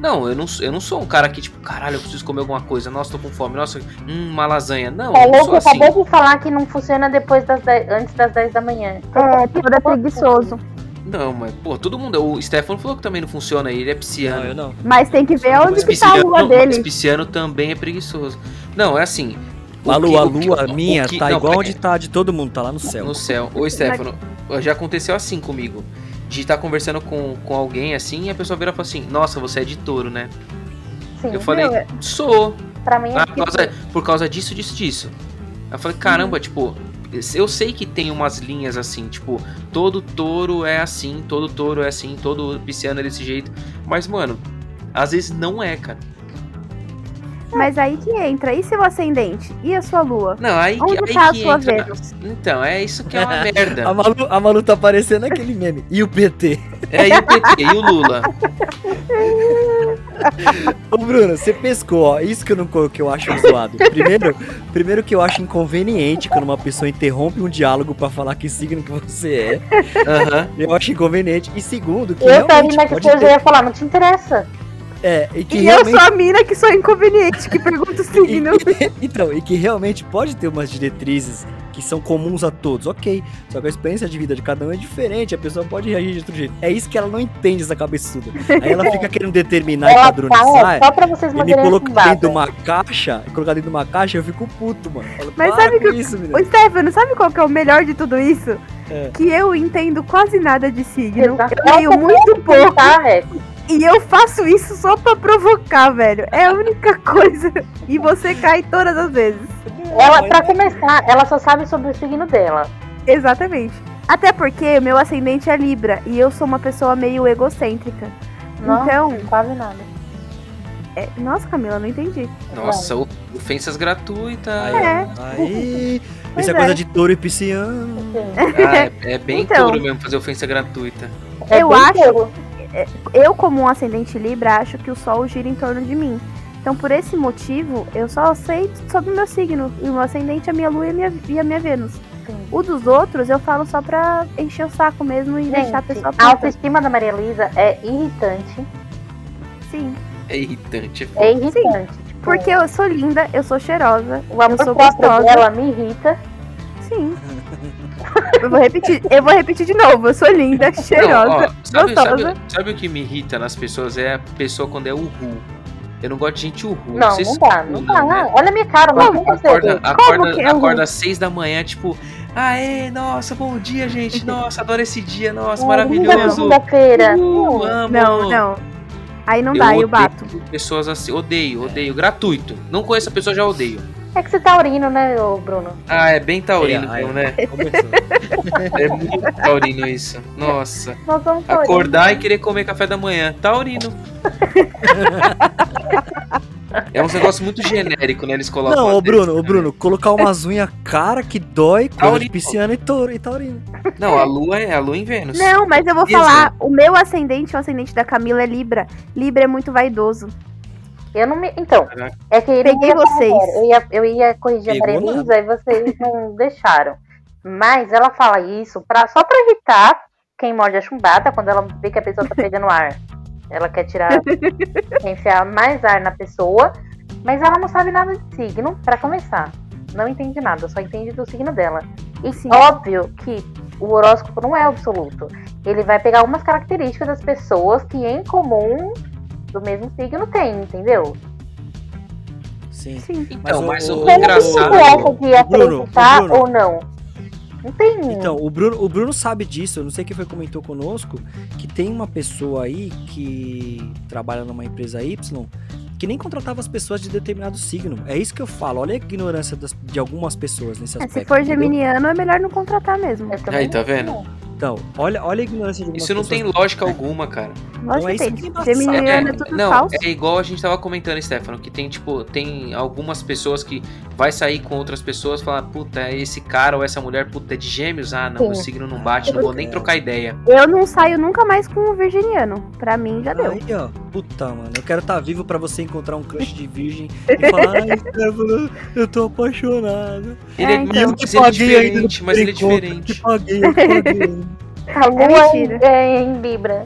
[SPEAKER 3] Não, eu não, sou- eu não sou um cara que, tipo, caralho, eu preciso comer alguma coisa, nossa, tô com fome, nossa, hum, uma lasanha. Não,
[SPEAKER 4] É
[SPEAKER 3] eu não sou
[SPEAKER 4] louco,
[SPEAKER 3] assim.
[SPEAKER 4] acabou de falar que não funciona depois das 10 antes das 10 da manhã.
[SPEAKER 5] É, todo é preguiçoso.
[SPEAKER 3] Não, mas, pô, todo mundo. O Stefano falou que também não funciona, ele é
[SPEAKER 2] Não,
[SPEAKER 3] pisciano.
[SPEAKER 2] eu não.
[SPEAKER 5] Mas tem que ver
[SPEAKER 2] Mas
[SPEAKER 5] onde que tá a
[SPEAKER 3] pisciano,
[SPEAKER 5] lua
[SPEAKER 3] não,
[SPEAKER 5] dele.
[SPEAKER 3] mas pisciano também é preguiçoso. Não, é assim. o
[SPEAKER 2] Malu,
[SPEAKER 3] que-
[SPEAKER 2] a
[SPEAKER 3] o que-
[SPEAKER 2] lua
[SPEAKER 3] o
[SPEAKER 2] minha
[SPEAKER 3] que-
[SPEAKER 2] tá
[SPEAKER 3] não,
[SPEAKER 2] igual
[SPEAKER 3] pera-
[SPEAKER 2] onde tá de todo mundo, tá lá no céu.
[SPEAKER 3] No céu.
[SPEAKER 5] Tá
[SPEAKER 3] Ô, Stefano, já aconteceu assim comigo. De estar conversando com, com alguém assim e a pessoa vira e fala assim: Nossa, você é de touro, né?
[SPEAKER 4] Sim,
[SPEAKER 3] Eu falei:
[SPEAKER 5] Não, é-
[SPEAKER 3] Sou.
[SPEAKER 4] pra mim é
[SPEAKER 3] Ah, por,
[SPEAKER 4] tipo,
[SPEAKER 3] causa, por causa disso, disso, disso. Aí Eu falei:
[SPEAKER 5] Uhum.
[SPEAKER 3] Caramba, tipo, eu sei que tem umas linhas assim, tipo, todo touro é assim, todo touro é assim, todo pisciano é desse jeito. Mas, mano, às vezes não é, cara.
[SPEAKER 5] Mas aí que entra. E seu ascendente? E a sua lua?
[SPEAKER 3] Não, aí, que-
[SPEAKER 5] Onde
[SPEAKER 3] aí
[SPEAKER 5] tá a
[SPEAKER 3] que
[SPEAKER 5] sua
[SPEAKER 3] entra.
[SPEAKER 5] Vênus?
[SPEAKER 3] Então, é isso que é uma merda.
[SPEAKER 2] A Malu, a Malu tá parecendo aquele meme. E o PT?
[SPEAKER 3] É, e o PT, e o Lula.
[SPEAKER 2] Ô, Bruno, você pescou, ó. Isso que eu não co- que eu acho zoado. Primeiro, primeiro que eu acho inconveniente quando uma pessoa interrompe um diálogo pra falar que signo que você é.
[SPEAKER 3] Aham.
[SPEAKER 2] Eu acho inconveniente. E segundo, que
[SPEAKER 4] eu
[SPEAKER 2] realmente
[SPEAKER 4] sabia que
[SPEAKER 2] pode
[SPEAKER 4] você já
[SPEAKER 2] ter-
[SPEAKER 4] ia falar, não te interessa.
[SPEAKER 2] é, e que
[SPEAKER 5] E eu
[SPEAKER 2] realmente
[SPEAKER 5] sou a mina que sou inconveniente, que pergunta o signo.
[SPEAKER 2] Então, e que realmente pode ter umas diretrizes que são comuns a todos, ok. Só que a experiência de vida de cada um é diferente, a pessoa pode reagir de outro jeito. É isso que ela não entende, essa cabeçuda. Aí ela fica querendo determinar e
[SPEAKER 4] Ela fala
[SPEAKER 2] padronizar.
[SPEAKER 4] só pra vocês
[SPEAKER 2] E me
[SPEAKER 4] manterem
[SPEAKER 2] colocar dentro de
[SPEAKER 4] acumulada.
[SPEAKER 2] uma caixa, e colocar dentro de uma caixa, eu fico puto, mano. Falo,
[SPEAKER 5] Mas
[SPEAKER 2] "Para
[SPEAKER 5] sabe
[SPEAKER 2] com
[SPEAKER 5] que-
[SPEAKER 2] isso, menino.
[SPEAKER 5] Ô, Stefano, sabe qual que é o melhor de tudo isso?
[SPEAKER 2] É.
[SPEAKER 5] Que eu entendo quase nada de signo.
[SPEAKER 4] Exato.
[SPEAKER 5] Eu leio muito pouco.
[SPEAKER 4] Tá, é.
[SPEAKER 5] E eu faço isso só pra provocar, velho. É a única coisa. E você cai todas as vezes.
[SPEAKER 4] Ela,
[SPEAKER 2] Mas-
[SPEAKER 4] pra começar, ela só sabe sobre o signo dela.
[SPEAKER 5] Exatamente. Até porque meu ascendente é Libra e eu sou uma pessoa meio egocêntrica.
[SPEAKER 4] Não,
[SPEAKER 5] Então,
[SPEAKER 4] quase nada.
[SPEAKER 5] é- nossa, Camila, não entendi.
[SPEAKER 3] Nossa, o- ofensas gratuitas.
[SPEAKER 5] É.
[SPEAKER 2] Aí,
[SPEAKER 5] Pois
[SPEAKER 2] isso é
[SPEAKER 5] é.
[SPEAKER 2] coisa de touro e pisciano.
[SPEAKER 4] Sim.
[SPEAKER 3] Ah, é, é bem
[SPEAKER 5] Então.
[SPEAKER 3] touro mesmo fazer ofensa gratuita.
[SPEAKER 4] É
[SPEAKER 5] Eu
[SPEAKER 4] bem
[SPEAKER 5] acho-
[SPEAKER 4] pego.
[SPEAKER 5] Eu, como um ascendente Libra, acho que o Sol gira em torno de mim. Então, por esse motivo, eu só sei sobre o meu signo. E o meu ascendente é a minha Lua e a minha, e a minha Vênus.
[SPEAKER 4] Sim.
[SPEAKER 5] O dos outros eu falo só pra encher o saco mesmo e deixar a
[SPEAKER 4] Gente,
[SPEAKER 5] pessoa
[SPEAKER 4] a
[SPEAKER 5] puta.
[SPEAKER 4] autoestima da Maria Elisa é irritante.
[SPEAKER 5] Sim.
[SPEAKER 3] É irritante.
[SPEAKER 4] É irritante. Tipo,
[SPEAKER 5] Porque eu sou linda, eu sou cheirosa.
[SPEAKER 4] o amor
[SPEAKER 5] eu sou
[SPEAKER 4] próprio
[SPEAKER 5] gostosa.
[SPEAKER 4] dela é me irrita.
[SPEAKER 5] Sim. eu vou repetir, eu vou repetir de novo. Eu sou linda,
[SPEAKER 3] Não,
[SPEAKER 5] cheirosa.
[SPEAKER 3] ó, sabe, sabe,
[SPEAKER 5] gostosa.
[SPEAKER 3] sabe o que me irrita nas pessoas? É a pessoa quando é uhu. Eu não gosto de gente uhu.
[SPEAKER 4] Não,
[SPEAKER 3] Vocês
[SPEAKER 4] não dá, não dá.
[SPEAKER 3] usam, né?
[SPEAKER 4] Olha a minha cara, não
[SPEAKER 5] Como?
[SPEAKER 4] tem
[SPEAKER 3] Acorda,
[SPEAKER 4] certeza.
[SPEAKER 3] acorda,
[SPEAKER 5] que é
[SPEAKER 3] acorda às seis da manhã, tipo, aê, nossa, bom dia, gente. Nossa, adoro esse dia, nossa,
[SPEAKER 4] Linda
[SPEAKER 3] maravilhoso.
[SPEAKER 4] segunda-feira.
[SPEAKER 3] Uh, amo.
[SPEAKER 5] não, não. Aí não
[SPEAKER 3] Eu
[SPEAKER 5] dá, eu
[SPEAKER 3] odeio
[SPEAKER 5] bato.
[SPEAKER 3] Pessoas assim, odeio, odeio, gratuito. Não conheço a pessoa, já odeio.
[SPEAKER 4] É que você tá urindo, né, ô Bruno?
[SPEAKER 3] Ah, é bem taurino,
[SPEAKER 2] É, aí-
[SPEAKER 3] mesmo, né?
[SPEAKER 2] Começou.
[SPEAKER 3] É muito taurino isso. Nossa.
[SPEAKER 4] Nós vamos pra
[SPEAKER 3] Acordar e querer comer café da manhã. Taurino. é um negócio muito genérico, né? Eles colocam.
[SPEAKER 2] Não, ô
[SPEAKER 3] às
[SPEAKER 2] Bruno, ô
[SPEAKER 3] vezes,
[SPEAKER 2] Bruno, colocar umas unhas cara que dói, coisa de
[SPEAKER 3] Taurino.
[SPEAKER 2] pisciano e touro e taurino.
[SPEAKER 3] né? Não, a lua é a lua em Vênus.
[SPEAKER 5] Não, mas eu vou
[SPEAKER 3] Isso.
[SPEAKER 5] falar, o meu ascendente, o ascendente da Camila é Libra. Libra é muito vaidoso.
[SPEAKER 4] Eu não me... Então,
[SPEAKER 3] Caraca.
[SPEAKER 4] é que ele
[SPEAKER 5] Peguei
[SPEAKER 4] ia falar
[SPEAKER 5] vocês.
[SPEAKER 4] agora. Eu ia, eu ia corrigir a
[SPEAKER 2] Pegou
[SPEAKER 4] Maria Elisa e vocês não deixaram. Mas ela fala isso pra, só pra irritar quem morde a chumbata quando ela vê que a pessoa tá perdendo ar. Ela quer tirar, quer enfiar mais ar na pessoa, mas ela não sabe nada de signo, pra começar. Não entende nada, só entende do signo dela. E
[SPEAKER 5] Sim.
[SPEAKER 4] óbvio que o horóscopo não é absoluto. Ele vai pegar algumas características das pessoas que em comum do mesmo signo tem, entendeu?
[SPEAKER 2] Sim.
[SPEAKER 5] Sim.
[SPEAKER 3] Então,
[SPEAKER 2] Mas
[SPEAKER 3] mas
[SPEAKER 2] o-
[SPEAKER 3] o
[SPEAKER 4] Como
[SPEAKER 3] engraçado. é
[SPEAKER 4] que essa de
[SPEAKER 2] Bruno,
[SPEAKER 4] acreditar
[SPEAKER 2] Bruno.
[SPEAKER 4] ou não? Não tem.
[SPEAKER 2] Então, o Bruno, o Bruno sabe disso, eu não sei quem foi que comentou conosco, que tem uma pessoa aí que trabalha numa empresa Y que nem contratava as pessoas de determinado signo. É isso que eu falo, olha a ignorância das- de algumas pessoas
[SPEAKER 3] Então,
[SPEAKER 2] nesse aspecto.
[SPEAKER 5] Se for
[SPEAKER 2] entendeu?
[SPEAKER 5] geminiano, é melhor não contratar mesmo.
[SPEAKER 4] Eu também
[SPEAKER 3] Aí, tá
[SPEAKER 4] não
[SPEAKER 3] vendo?
[SPEAKER 4] sei.
[SPEAKER 2] Então, olha, olha a ignorância de algumas
[SPEAKER 3] Isso não
[SPEAKER 2] pessoas.
[SPEAKER 3] tem lógica alguma, cara.
[SPEAKER 2] é
[SPEAKER 5] Lógico que
[SPEAKER 2] isso
[SPEAKER 5] tem.
[SPEAKER 2] que é embaçado.
[SPEAKER 5] Geminiano é tudo
[SPEAKER 3] não,
[SPEAKER 5] falso.
[SPEAKER 3] é igual a gente tava comentando, Stefano, que tem, tipo, tem algumas pessoas que vai sair com outras pessoas e falar, puta, é esse cara ou essa mulher, puta, é de gêmeos? Ah, não,
[SPEAKER 4] Sim.
[SPEAKER 3] o signo não bate, não vou nem trocar ideia.
[SPEAKER 5] Eu não saio nunca mais com o virginiano. Pra mim, já deu.
[SPEAKER 2] Aí, ó, puta, mano, eu quero estar vivo pra você encontrar um crush de virgem e falar, ai, Stefano, eu tô apaixonado.
[SPEAKER 3] Ele é,
[SPEAKER 5] então.
[SPEAKER 3] mas-
[SPEAKER 2] Eu
[SPEAKER 3] mas
[SPEAKER 2] te
[SPEAKER 3] ele é
[SPEAKER 2] paguei ainda
[SPEAKER 3] diferente,
[SPEAKER 2] no
[SPEAKER 3] mas ele é
[SPEAKER 2] encontro,
[SPEAKER 3] diferente.
[SPEAKER 2] Te paguei, eu te paguei.
[SPEAKER 4] A lua
[SPEAKER 5] Tá mentira.
[SPEAKER 4] é, em Libra.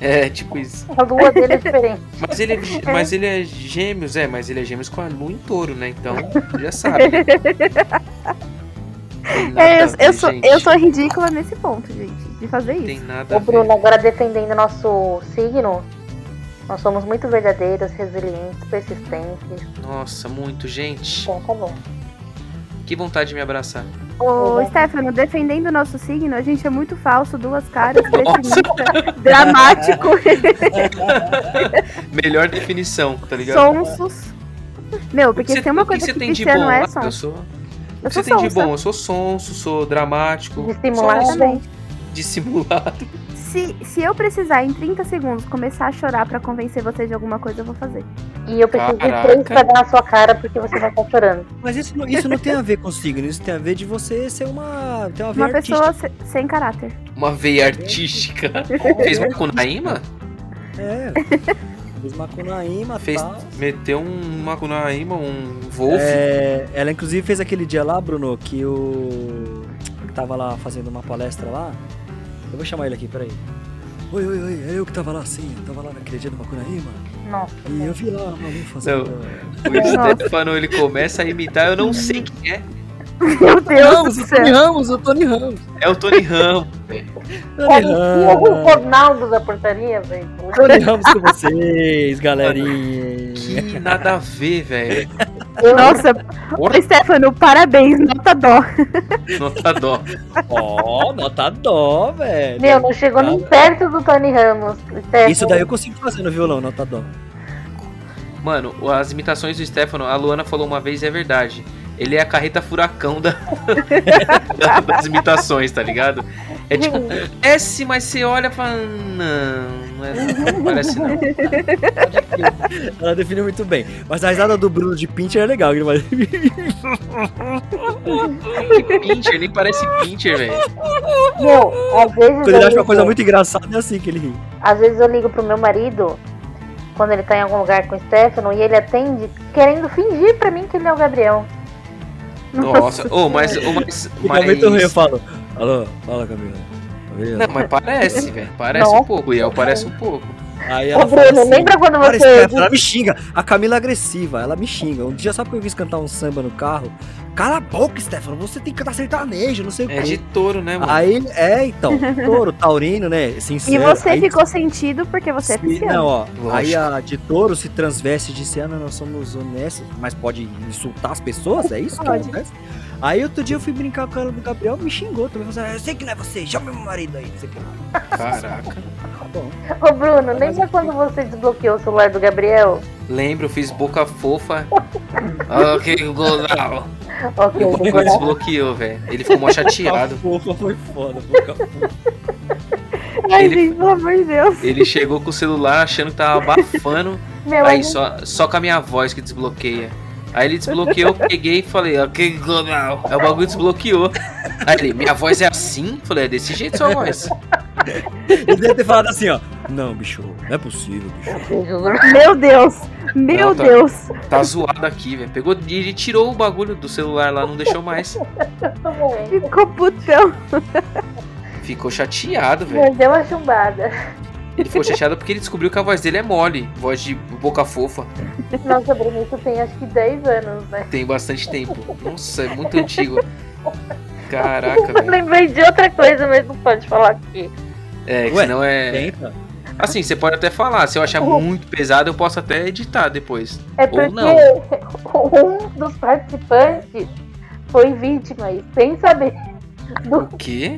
[SPEAKER 3] É, tipo isso.
[SPEAKER 4] A lua dele é diferente.
[SPEAKER 3] Mas ele, é, mas ele é gêmeos, é, mas ele é gêmeos com a lua em touro, né? Então, já sabe. né? Tem nada
[SPEAKER 5] É, eu,
[SPEAKER 3] a ver,
[SPEAKER 5] eu sou,
[SPEAKER 3] gente.
[SPEAKER 5] eu sou ridícula nesse ponto, gente, de fazer isso.
[SPEAKER 3] Tem nada a
[SPEAKER 4] O
[SPEAKER 3] ver.
[SPEAKER 4] Bruno, agora defendendo nosso signo, nós somos muito verdadeiros, resilientes, persistentes.
[SPEAKER 3] Nossa, muito,
[SPEAKER 5] É.
[SPEAKER 3] gente.
[SPEAKER 4] Então, tá bom.
[SPEAKER 3] Que vontade de me abraçar.
[SPEAKER 5] Ô,
[SPEAKER 4] Uhum.
[SPEAKER 5] Stefano, defendendo o nosso signo, a gente é muito falso, duas caras, pessimista, dramático,
[SPEAKER 3] Melhor definição, tá ligado?
[SPEAKER 5] sonsos. Meu,
[SPEAKER 3] O que
[SPEAKER 5] porque
[SPEAKER 3] cê-
[SPEAKER 5] tem uma
[SPEAKER 3] o
[SPEAKER 5] coisa
[SPEAKER 3] cê
[SPEAKER 5] que,
[SPEAKER 3] tem de
[SPEAKER 5] Cristiano
[SPEAKER 3] bom?
[SPEAKER 5] é
[SPEAKER 3] Ah, eu
[SPEAKER 5] sonso.
[SPEAKER 3] sou,
[SPEAKER 5] Eu
[SPEAKER 3] o que você
[SPEAKER 5] sou
[SPEAKER 3] tem de
[SPEAKER 5] sonsa.
[SPEAKER 3] bom? Eu sou sonso, sou dramático.
[SPEAKER 4] Dissimulado.
[SPEAKER 3] sou
[SPEAKER 5] Exatamente.
[SPEAKER 3] Dissimulado.
[SPEAKER 5] Se, se eu precisar em 30 segundos começar a chorar pra convencer você de alguma coisa, eu vou fazer.
[SPEAKER 4] E eu preciso
[SPEAKER 3] Caraca.
[SPEAKER 4] de três pra dar na sua cara porque você vai estar chorando.
[SPEAKER 2] Mas isso, não- isso não tem a ver com signo, isso tem a ver de você ser uma. Ter uma, veia
[SPEAKER 5] Uma
[SPEAKER 2] artística.
[SPEAKER 5] pessoa se- sem caráter.
[SPEAKER 3] Uma veia artística. Fez macunaíma?
[SPEAKER 2] É. Fez Macunaíma,
[SPEAKER 3] Fez,
[SPEAKER 2] tal.
[SPEAKER 3] meteu um macunaíma, um wolf.
[SPEAKER 2] É, ela inclusive fez aquele dia lá, Bruno, que o. que tava lá fazendo uma palestra lá. Eu vou chamar ele aqui, peraí. Oi, oi, oi, é eu que tava lá sim, eu tava lá naquele dia do Macunaíma.
[SPEAKER 4] Nossa.
[SPEAKER 2] E eu vi lá, o maluco fazendo.
[SPEAKER 3] O Stefano, ele começa a imitar, eu não sei quem é.
[SPEAKER 5] Meu Deus do
[SPEAKER 2] Ramos, o Tony
[SPEAKER 5] céu.
[SPEAKER 2] Ramos, o Tony Ramos.
[SPEAKER 3] É o Tony Ramos. velho.
[SPEAKER 2] Tony
[SPEAKER 4] Como o
[SPEAKER 2] Ramos.
[SPEAKER 4] Ronaldo da portaria, velho.
[SPEAKER 2] Tony Ramos com vocês, galerinha.
[SPEAKER 3] Que nada a ver, velho.
[SPEAKER 4] Eu,
[SPEAKER 5] Nossa,
[SPEAKER 3] Porra,
[SPEAKER 5] Stefano, parabéns, nota dó.
[SPEAKER 3] nota dó.
[SPEAKER 2] Ó, nota dó, velho.
[SPEAKER 4] meu, não chegou nem
[SPEAKER 3] Ah.
[SPEAKER 4] perto do Tony Ramos. Stefano.
[SPEAKER 2] Isso daí eu consigo fazer no violão, nota dó.
[SPEAKER 3] Mano, as imitações do Stefano, a Luana falou uma vez e é verdade. Ele é a carreta furacão da- das imitações, tá ligado? É tipo, S, mas você olha e fala. Não, não é, não parece não.
[SPEAKER 2] Ela definiu muito bem. Mas a risada do Bruno de Pinter é legal. que Ele faz...
[SPEAKER 3] Que pincher, nem parece pincher, velho.
[SPEAKER 4] Meu, às vezes.
[SPEAKER 2] Quando ele
[SPEAKER 4] eu
[SPEAKER 2] acha uma
[SPEAKER 4] ligo-
[SPEAKER 2] é coisa muito engraçada, é assim que ele ri.
[SPEAKER 4] Às vezes eu ligo pro meu marido, quando ele tá em algum lugar com o Stefano, e ele atende querendo fingir pra mim que ele é o Gabriel.
[SPEAKER 3] Nossa, ô, mas. ô, mas,
[SPEAKER 2] Fica muito ruim, eu
[SPEAKER 3] mas...
[SPEAKER 2] falo. Alô, fala, Camila. Tá Camila.
[SPEAKER 3] Não, mas parece, velho. Parece um
[SPEAKER 4] Nossa.
[SPEAKER 3] pouco, Iel, parece um pouco.
[SPEAKER 2] Aí
[SPEAKER 4] Ô, Bruno,
[SPEAKER 3] assim,
[SPEAKER 4] lembra quando
[SPEAKER 2] Cara,
[SPEAKER 4] você.
[SPEAKER 2] Stefano, ela me xinga. A Camila é agressiva, ela me xinga. Um dia, sabe que eu quis cantar um samba no carro? Cala a boca, Stefano, você tem que cantar sertanejo, não sei o
[SPEAKER 3] É
[SPEAKER 2] quê.
[SPEAKER 3] de touro, né, mano?
[SPEAKER 2] Aí, é, então, touro, taurino, né?
[SPEAKER 5] E
[SPEAKER 2] Sincero.
[SPEAKER 5] você
[SPEAKER 2] aí,
[SPEAKER 5] ficou sentido porque você é
[SPEAKER 2] se,
[SPEAKER 5] pisciano.
[SPEAKER 2] Não, ó.
[SPEAKER 3] Lógico.
[SPEAKER 2] Aí a de touro se transveste e disse, Ana, nós somos honestos, mas pode insultar as pessoas, é isso que
[SPEAKER 5] Pode.
[SPEAKER 2] acontece? Aí outro dia eu fui brincar com ela do Gabriel, me xingou também. Falou assim, "Ah, eu sei que não é você, chama meu marido aí. não sei o quê.
[SPEAKER 3] Caraca.
[SPEAKER 2] Tá bom.
[SPEAKER 4] Ô, Bruno, lembra quando você desbloqueou o celular do Gabriel?
[SPEAKER 3] Lembro, eu fiz boca fofa. ok, Gozal. E
[SPEAKER 4] Ok,
[SPEAKER 3] o Google desbloqueou, velho. Ele ficou mó chateado.
[SPEAKER 2] Fofa, foi foda, boca fofa.
[SPEAKER 5] Ai,
[SPEAKER 3] ele-
[SPEAKER 5] gente, pelo amor de Deus.
[SPEAKER 3] Ele chegou com o celular achando que tava abafando.
[SPEAKER 4] meu, é
[SPEAKER 3] Aí
[SPEAKER 4] mas
[SPEAKER 3] só, só com a minha voz que desbloqueia. Aí ele desbloqueou, peguei e falei, ok, Global. Aí o bagulho desbloqueou. Aí ele, minha voz é assim? Falei, é desse jeito sua voz.
[SPEAKER 2] Ele deve ter falado assim, ó. Não, bicho, não é possível, bicho.
[SPEAKER 5] Meu Deus. Meu
[SPEAKER 3] Não, tá-
[SPEAKER 5] Deus.
[SPEAKER 3] Tá zoado aqui, velho. Pegou e ele tirou o bagulho do celular lá, não deixou mais.
[SPEAKER 4] Tá
[SPEAKER 5] Ficou putão.
[SPEAKER 3] Ficou chateado, velho.
[SPEAKER 4] meu, deu uma chumbada.
[SPEAKER 3] Ele ficou chateado porque ele descobriu que a voz dele é mole. Voz de boca fofa.
[SPEAKER 4] Nossa, Bruno, isso tem acho que 10 anos, né?
[SPEAKER 3] Tem bastante tempo. Nossa, é muito antigo. Caraca,
[SPEAKER 4] Eu
[SPEAKER 3] velho.
[SPEAKER 4] lembrei de outra coisa, mas não pode falar aqui.
[SPEAKER 3] É, que
[SPEAKER 2] Ué,
[SPEAKER 3] senão é.
[SPEAKER 2] Tenta.
[SPEAKER 3] Assim, você pode até falar. Se eu achar muito pesado, eu posso até editar depois.
[SPEAKER 4] É
[SPEAKER 3] Ou
[SPEAKER 4] porque um dos participantes foi vítima, e sem saber.
[SPEAKER 3] O quê?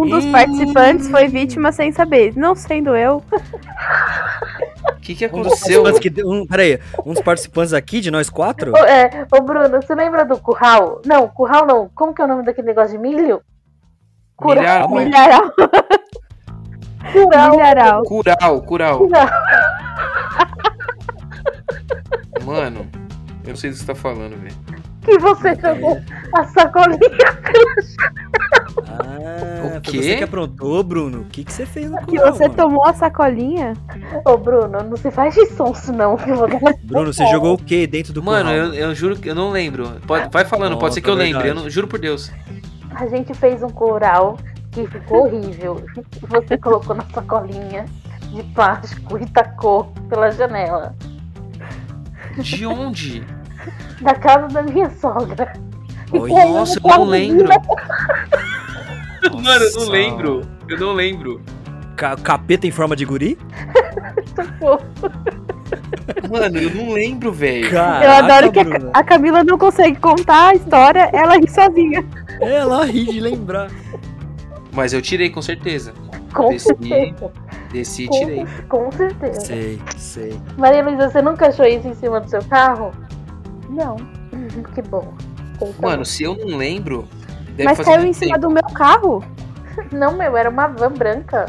[SPEAKER 5] Um dos
[SPEAKER 2] Ih.
[SPEAKER 5] participantes foi vítima sem saber. Não sendo eu.
[SPEAKER 3] O que, que
[SPEAKER 2] Um dos
[SPEAKER 3] aconteceu?
[SPEAKER 2] participantes que. Um, peraí, um dos participantes aqui de nós quatro?
[SPEAKER 4] Ô, é, ô, Bruno, você lembra do curral? Não, curral não. Como que é o nome daquele negócio de milho? Curral.
[SPEAKER 3] Milharal.
[SPEAKER 5] Milharal.
[SPEAKER 4] Curral.
[SPEAKER 5] Milharal.
[SPEAKER 3] Cural, cural.
[SPEAKER 4] Não,
[SPEAKER 3] Mano, eu não sei do que você tá falando, velho.
[SPEAKER 4] que você jogou a sacolinha
[SPEAKER 2] Ah,
[SPEAKER 3] O
[SPEAKER 2] foi
[SPEAKER 3] quê?
[SPEAKER 2] você que aprontou, Bruno. O que, que você fez no
[SPEAKER 5] Que
[SPEAKER 2] curral,
[SPEAKER 5] você
[SPEAKER 2] mano?
[SPEAKER 5] tomou a sacolinha?
[SPEAKER 4] Ô, Bruno, não se faz de sonso, não. que eu vou dar-
[SPEAKER 2] Bruno, você
[SPEAKER 5] um
[SPEAKER 2] jogou o quê dentro do
[SPEAKER 3] Mano,
[SPEAKER 2] curral?
[SPEAKER 3] eu, eu juro que eu não lembro. Pode, vai falando, pode ser que eu
[SPEAKER 2] Nossa,
[SPEAKER 3] lembre. Eu
[SPEAKER 2] verdade.
[SPEAKER 3] não, juro por Deus.
[SPEAKER 4] A gente fez um curral que ficou horrível. Você colocou na sacolinha de plástico e tacou pela janela
[SPEAKER 3] De onde?
[SPEAKER 4] da casa da minha sogra.
[SPEAKER 2] Oi,
[SPEAKER 4] Ficou
[SPEAKER 3] Nossa, eu
[SPEAKER 4] uma
[SPEAKER 3] não lembro.
[SPEAKER 4] menina
[SPEAKER 3] Mano, eu não
[SPEAKER 2] Nossa.
[SPEAKER 3] lembro. Eu não lembro.
[SPEAKER 2] Ca- capeta em forma de guri?
[SPEAKER 3] Mano, eu não lembro, velho.
[SPEAKER 5] eu
[SPEAKER 2] Caraca,
[SPEAKER 5] adoro que é
[SPEAKER 2] Bruna.
[SPEAKER 5] a, a Camila não consegue contar a história, ela ri sozinha.
[SPEAKER 2] É, Ela ri de lembrar.
[SPEAKER 3] Mas eu tirei, com certeza.
[SPEAKER 4] Com
[SPEAKER 3] Desci,
[SPEAKER 4] certeza.
[SPEAKER 3] Desci e tirei.
[SPEAKER 4] Com, com certeza.
[SPEAKER 2] Sei, sei.
[SPEAKER 4] Maria Luísa, você nunca achou isso em cima do seu carro?
[SPEAKER 5] Não.
[SPEAKER 4] Uhum, Que bom. Então, tá
[SPEAKER 3] Mano, se eu não lembro, deve
[SPEAKER 5] Mas
[SPEAKER 3] fazer
[SPEAKER 5] caiu
[SPEAKER 3] muito
[SPEAKER 5] em cima
[SPEAKER 3] tempo.
[SPEAKER 5] do meu carro.
[SPEAKER 4] bom. Não, meu, era uma van branca.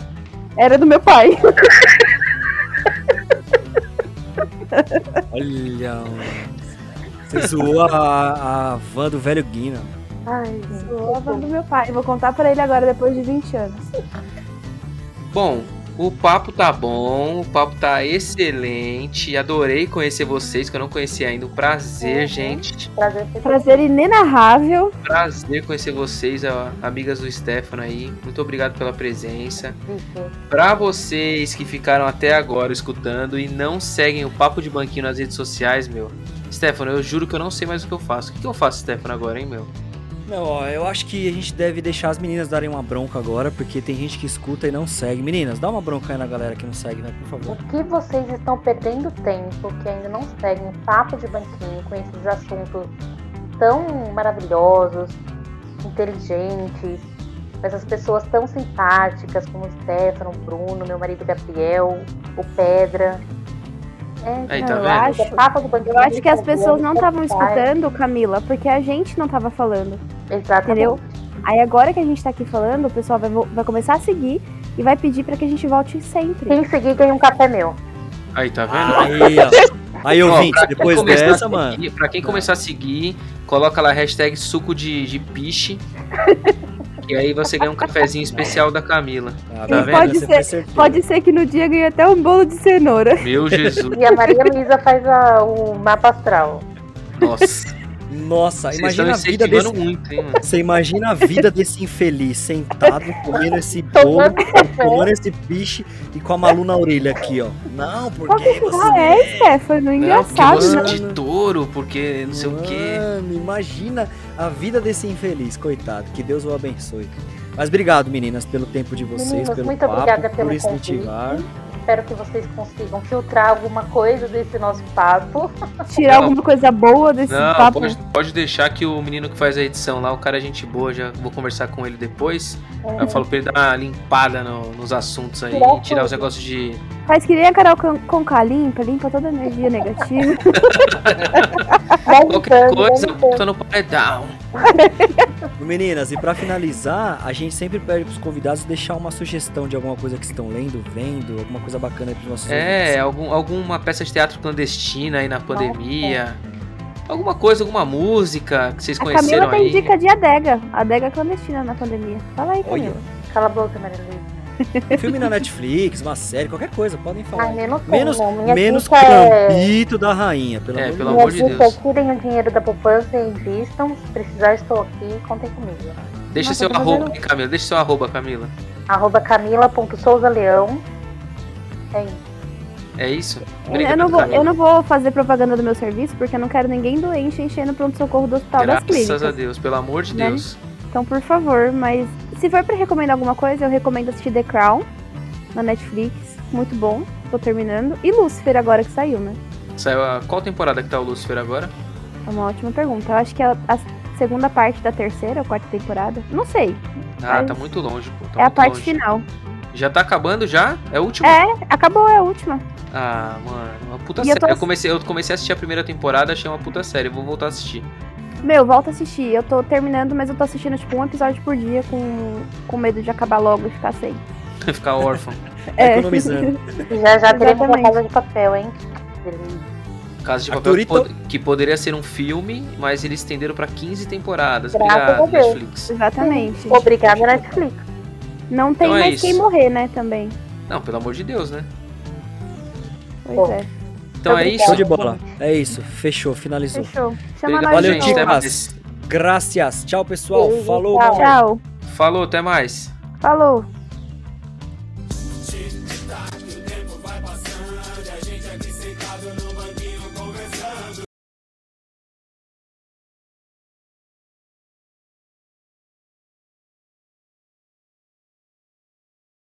[SPEAKER 5] Era do meu pai.
[SPEAKER 2] Olha. mano. Você zoou a, a van do velho Guina.
[SPEAKER 4] Ai, gente.
[SPEAKER 5] do meu pai. Vou contar pra ele agora, depois de 20 anos.
[SPEAKER 3] Bom, o papo tá bom, o papo tá excelente. Adorei conhecer vocês, que eu não conhecia ainda. Um prazer,
[SPEAKER 4] Uhum.
[SPEAKER 3] gente.
[SPEAKER 4] Prazer ter
[SPEAKER 5] Prazer inenarrável.
[SPEAKER 3] Prazer conhecer vocês, ó, amigas do Stefano aí. Muito obrigado pela presença.
[SPEAKER 4] visto.
[SPEAKER 3] Pra vocês que ficaram até agora escutando e não seguem o Papo de Banquinho nas redes sociais, meu, Stefano, eu juro que eu não sei mais o que eu faço. O que que eu faço, Stefano, agora, hein, meu?
[SPEAKER 2] Não, ó, eu acho que a gente deve deixar as meninas darem uma bronca agora, porque tem gente que escuta e não segue. Meninas, dá uma bronca aí na galera que não segue, né, por
[SPEAKER 4] O
[SPEAKER 2] favor.
[SPEAKER 4] que vocês estão perdendo tempo, que ainda não seguem o papo de banquinho com esses assuntos tão maravilhosos, inteligentes, com essas pessoas tão simpáticas como o Stefano, o Bruno, meu marido Gabriel, o Pedra. É,
[SPEAKER 3] Aí, tá
[SPEAKER 4] não,
[SPEAKER 3] vendo?
[SPEAKER 4] é papo de banquinho, tá
[SPEAKER 5] Eu acho que as
[SPEAKER 4] conversa,
[SPEAKER 5] pessoas não estavam
[SPEAKER 4] faz.
[SPEAKER 5] escutando, Camila, porque a gente não tava falando,
[SPEAKER 4] Exatamente.
[SPEAKER 5] entendeu? Aí agora que a gente tá aqui falando, o pessoal vai, vo- vai começar a seguir e vai pedir pra que a gente volte sempre.
[SPEAKER 4] Quem seguir ganha um café meu.
[SPEAKER 3] Aí, tá vendo?
[SPEAKER 2] Aí, ó. Aí,
[SPEAKER 3] Ó,
[SPEAKER 2] ouvinte,
[SPEAKER 3] pra quem
[SPEAKER 2] depois
[SPEAKER 3] começar a
[SPEAKER 2] dessa,
[SPEAKER 3] seguir-
[SPEAKER 2] mano.
[SPEAKER 3] Pra quem começar a seguir, coloca lá hashtag suco de, de piche. e aí você ganha um cafezinho especial da Camila.
[SPEAKER 2] Ah,
[SPEAKER 3] Tá
[SPEAKER 2] tá
[SPEAKER 3] vendo?
[SPEAKER 2] vendo?
[SPEAKER 5] Pode
[SPEAKER 2] Você
[SPEAKER 5] ser-
[SPEAKER 2] fez certeza.
[SPEAKER 5] Pode ser que no dia ganhe até um bolo de cenoura.
[SPEAKER 3] Meu Jesus.
[SPEAKER 4] E a Maria Luísa faz a- o mapa astral.
[SPEAKER 3] Nossa.
[SPEAKER 2] Nossa,
[SPEAKER 3] Vocês estão
[SPEAKER 2] imagina a vida
[SPEAKER 3] incentivando
[SPEAKER 2] desse.
[SPEAKER 3] muito, hein, mano?
[SPEAKER 2] Você imagina a vida desse infeliz sentado comendo esse bolo,
[SPEAKER 4] Tomando
[SPEAKER 2] tomando esse bicho e com a Malu na orelha aqui, ó. Não,
[SPEAKER 5] Qual
[SPEAKER 2] porque
[SPEAKER 5] que ah,
[SPEAKER 2] você.
[SPEAKER 5] é,
[SPEAKER 3] Não,
[SPEAKER 5] Stefano?
[SPEAKER 3] porque
[SPEAKER 5] Engraçado,
[SPEAKER 3] você é
[SPEAKER 5] né?
[SPEAKER 3] de touro, porque não sei o quê.
[SPEAKER 2] Mano, imagina a vida desse infeliz, coitado. Que Deus o abençoe. Mas obrigado, meninas, pelo tempo de vocês,
[SPEAKER 4] Meninas,
[SPEAKER 2] pelo
[SPEAKER 4] muito
[SPEAKER 2] papo,
[SPEAKER 4] obrigada
[SPEAKER 2] por
[SPEAKER 4] pelo
[SPEAKER 2] incentivar.
[SPEAKER 4] Espero que vocês consigam filtrar alguma coisa desse nosso papo.
[SPEAKER 5] Tirar
[SPEAKER 3] Não.
[SPEAKER 5] alguma coisa boa desse
[SPEAKER 3] Não,
[SPEAKER 5] papo.
[SPEAKER 3] pode, pode deixar que o menino que faz a edição lá, o cara é gente boa, já vou conversar com ele depois.
[SPEAKER 4] É,
[SPEAKER 3] Eu falo pra ele dar uma limpada no- nos assuntos aí,
[SPEAKER 4] Tirar
[SPEAKER 3] tirar os
[SPEAKER 4] tudo.
[SPEAKER 3] negócios de.
[SPEAKER 5] Faz que nem a Carol Con- Conká limpa, limpa toda a energia negativa.
[SPEAKER 3] Qualquer
[SPEAKER 4] vai limpando,
[SPEAKER 2] então,
[SPEAKER 4] vai
[SPEAKER 3] coisa,
[SPEAKER 4] limpando.
[SPEAKER 3] puta no paredão.
[SPEAKER 2] Meninas, e pra finalizar, a gente sempre pede pros convidados deixar uma sugestão de alguma coisa que estão lendo, vendo, alguma coisa bacana aí pros nossos
[SPEAKER 3] É,
[SPEAKER 2] ouvintes.
[SPEAKER 3] algum, alguma peça de teatro clandestina aí na pandemia. Alguma coisa, alguma música que vocês
[SPEAKER 5] A Camila
[SPEAKER 3] conheceram
[SPEAKER 5] tem
[SPEAKER 3] aí.
[SPEAKER 5] dica de adega. Adega clandestina na pandemia. Fala aí,
[SPEAKER 2] Olha.
[SPEAKER 5] Camila.
[SPEAKER 4] Cala a boca, Maria Luísa.
[SPEAKER 2] Um filme na Netflix, uma série, qualquer coisa, podem falar.
[SPEAKER 4] Ai, menos
[SPEAKER 2] Menos,
[SPEAKER 4] não. né? Minha
[SPEAKER 2] menos
[SPEAKER 4] dica é...
[SPEAKER 2] Crambito da Rainha, pelo
[SPEAKER 3] É,
[SPEAKER 2] amor de
[SPEAKER 3] pelo
[SPEAKER 2] Deus.
[SPEAKER 4] Minha
[SPEAKER 3] amor de
[SPEAKER 4] dica
[SPEAKER 3] Deus.
[SPEAKER 4] é tirem o dinheiro da poupança e invistam. Se precisar, estou aqui. Contem comigo.
[SPEAKER 3] Deixa
[SPEAKER 5] Nossa,
[SPEAKER 3] seu
[SPEAKER 5] eu tô
[SPEAKER 3] arroba
[SPEAKER 5] tá fazendo-
[SPEAKER 3] aí, Camila. Deixa seu arroba, Camila.
[SPEAKER 4] Arroba camila.souzaleão. É isso.
[SPEAKER 3] É isso?
[SPEAKER 5] Eu não, vou, eu não vou fazer propaganda do meu serviço, porque eu não quero ninguém doente enchendo o pronto-socorro do hospital das
[SPEAKER 3] Graças a
[SPEAKER 5] clínicas.
[SPEAKER 3] Deus, pelo amor de
[SPEAKER 5] Né?
[SPEAKER 3] Deus.
[SPEAKER 5] Então, por favor, mas se for pra recomendar alguma coisa, eu recomendo assistir The Crown na Netflix. Muito bom, tô terminando. E Lucifer agora que saiu, né?
[SPEAKER 3] Saiu a... Qual temporada que tá o Lucifer agora?
[SPEAKER 5] É uma ótima pergunta. Eu acho que é a segunda parte da terceira ou quarta temporada. Não sei.
[SPEAKER 3] Ah,
[SPEAKER 5] Ai.
[SPEAKER 3] tá muito longe, pô. Tá
[SPEAKER 5] é a
[SPEAKER 3] muito
[SPEAKER 5] parte
[SPEAKER 3] longe.
[SPEAKER 5] final.
[SPEAKER 3] Já tá acabando já? É o último?
[SPEAKER 5] É. Acabou, é a última.
[SPEAKER 3] Ah, mano, uma puta
[SPEAKER 5] E eu
[SPEAKER 3] série.
[SPEAKER 5] tô
[SPEAKER 3] Eu,
[SPEAKER 5] ass- comecei-
[SPEAKER 3] comecei, a assistir a primeira temporada, achei uma puta série. Vou voltar a assistir.
[SPEAKER 5] Meu, volta a assistir. Eu tô terminando, mas eu tô assistindo tipo um episódio por dia com, com medo de acabar logo e ficar sem.
[SPEAKER 3] Ficar órfão. É,
[SPEAKER 2] Economizando.
[SPEAKER 4] E já já teremos uma
[SPEAKER 5] Exatamente.
[SPEAKER 4] casa de papel, hein? Delícia.
[SPEAKER 3] Casa de Papel,
[SPEAKER 2] Arthurito.
[SPEAKER 3] pod- que poderia ser um filme, mas eles estenderam pra 15 temporadas.
[SPEAKER 4] Graças
[SPEAKER 3] Obrigado,
[SPEAKER 4] a Deus.
[SPEAKER 3] Netflix.
[SPEAKER 5] Exatamente.
[SPEAKER 4] Obrigada, Netflix.
[SPEAKER 5] Não tem
[SPEAKER 3] Então é
[SPEAKER 5] mais
[SPEAKER 3] isso.
[SPEAKER 5] quem morrer, né, também.
[SPEAKER 3] Não, pelo amor de Deus, né?
[SPEAKER 5] Pois
[SPEAKER 4] Bom,
[SPEAKER 5] é.
[SPEAKER 3] Então é
[SPEAKER 4] Obrigada.
[SPEAKER 3] isso.
[SPEAKER 2] Show de bola. É isso, fechou, finalizou.
[SPEAKER 5] Fechou. Chama
[SPEAKER 3] Obrigado,
[SPEAKER 5] nós
[SPEAKER 2] Valeu,
[SPEAKER 5] de
[SPEAKER 3] gente.
[SPEAKER 5] novo.
[SPEAKER 3] Até
[SPEAKER 2] Ticas.
[SPEAKER 3] mais.
[SPEAKER 2] Graças. Tchau, pessoal.
[SPEAKER 4] Beijo,
[SPEAKER 2] Falou.
[SPEAKER 4] tchau.
[SPEAKER 5] Tchau.
[SPEAKER 3] Falou, até mais.
[SPEAKER 5] Falou.
[SPEAKER 6] O tempo vai passando, e a gente aqui sentado no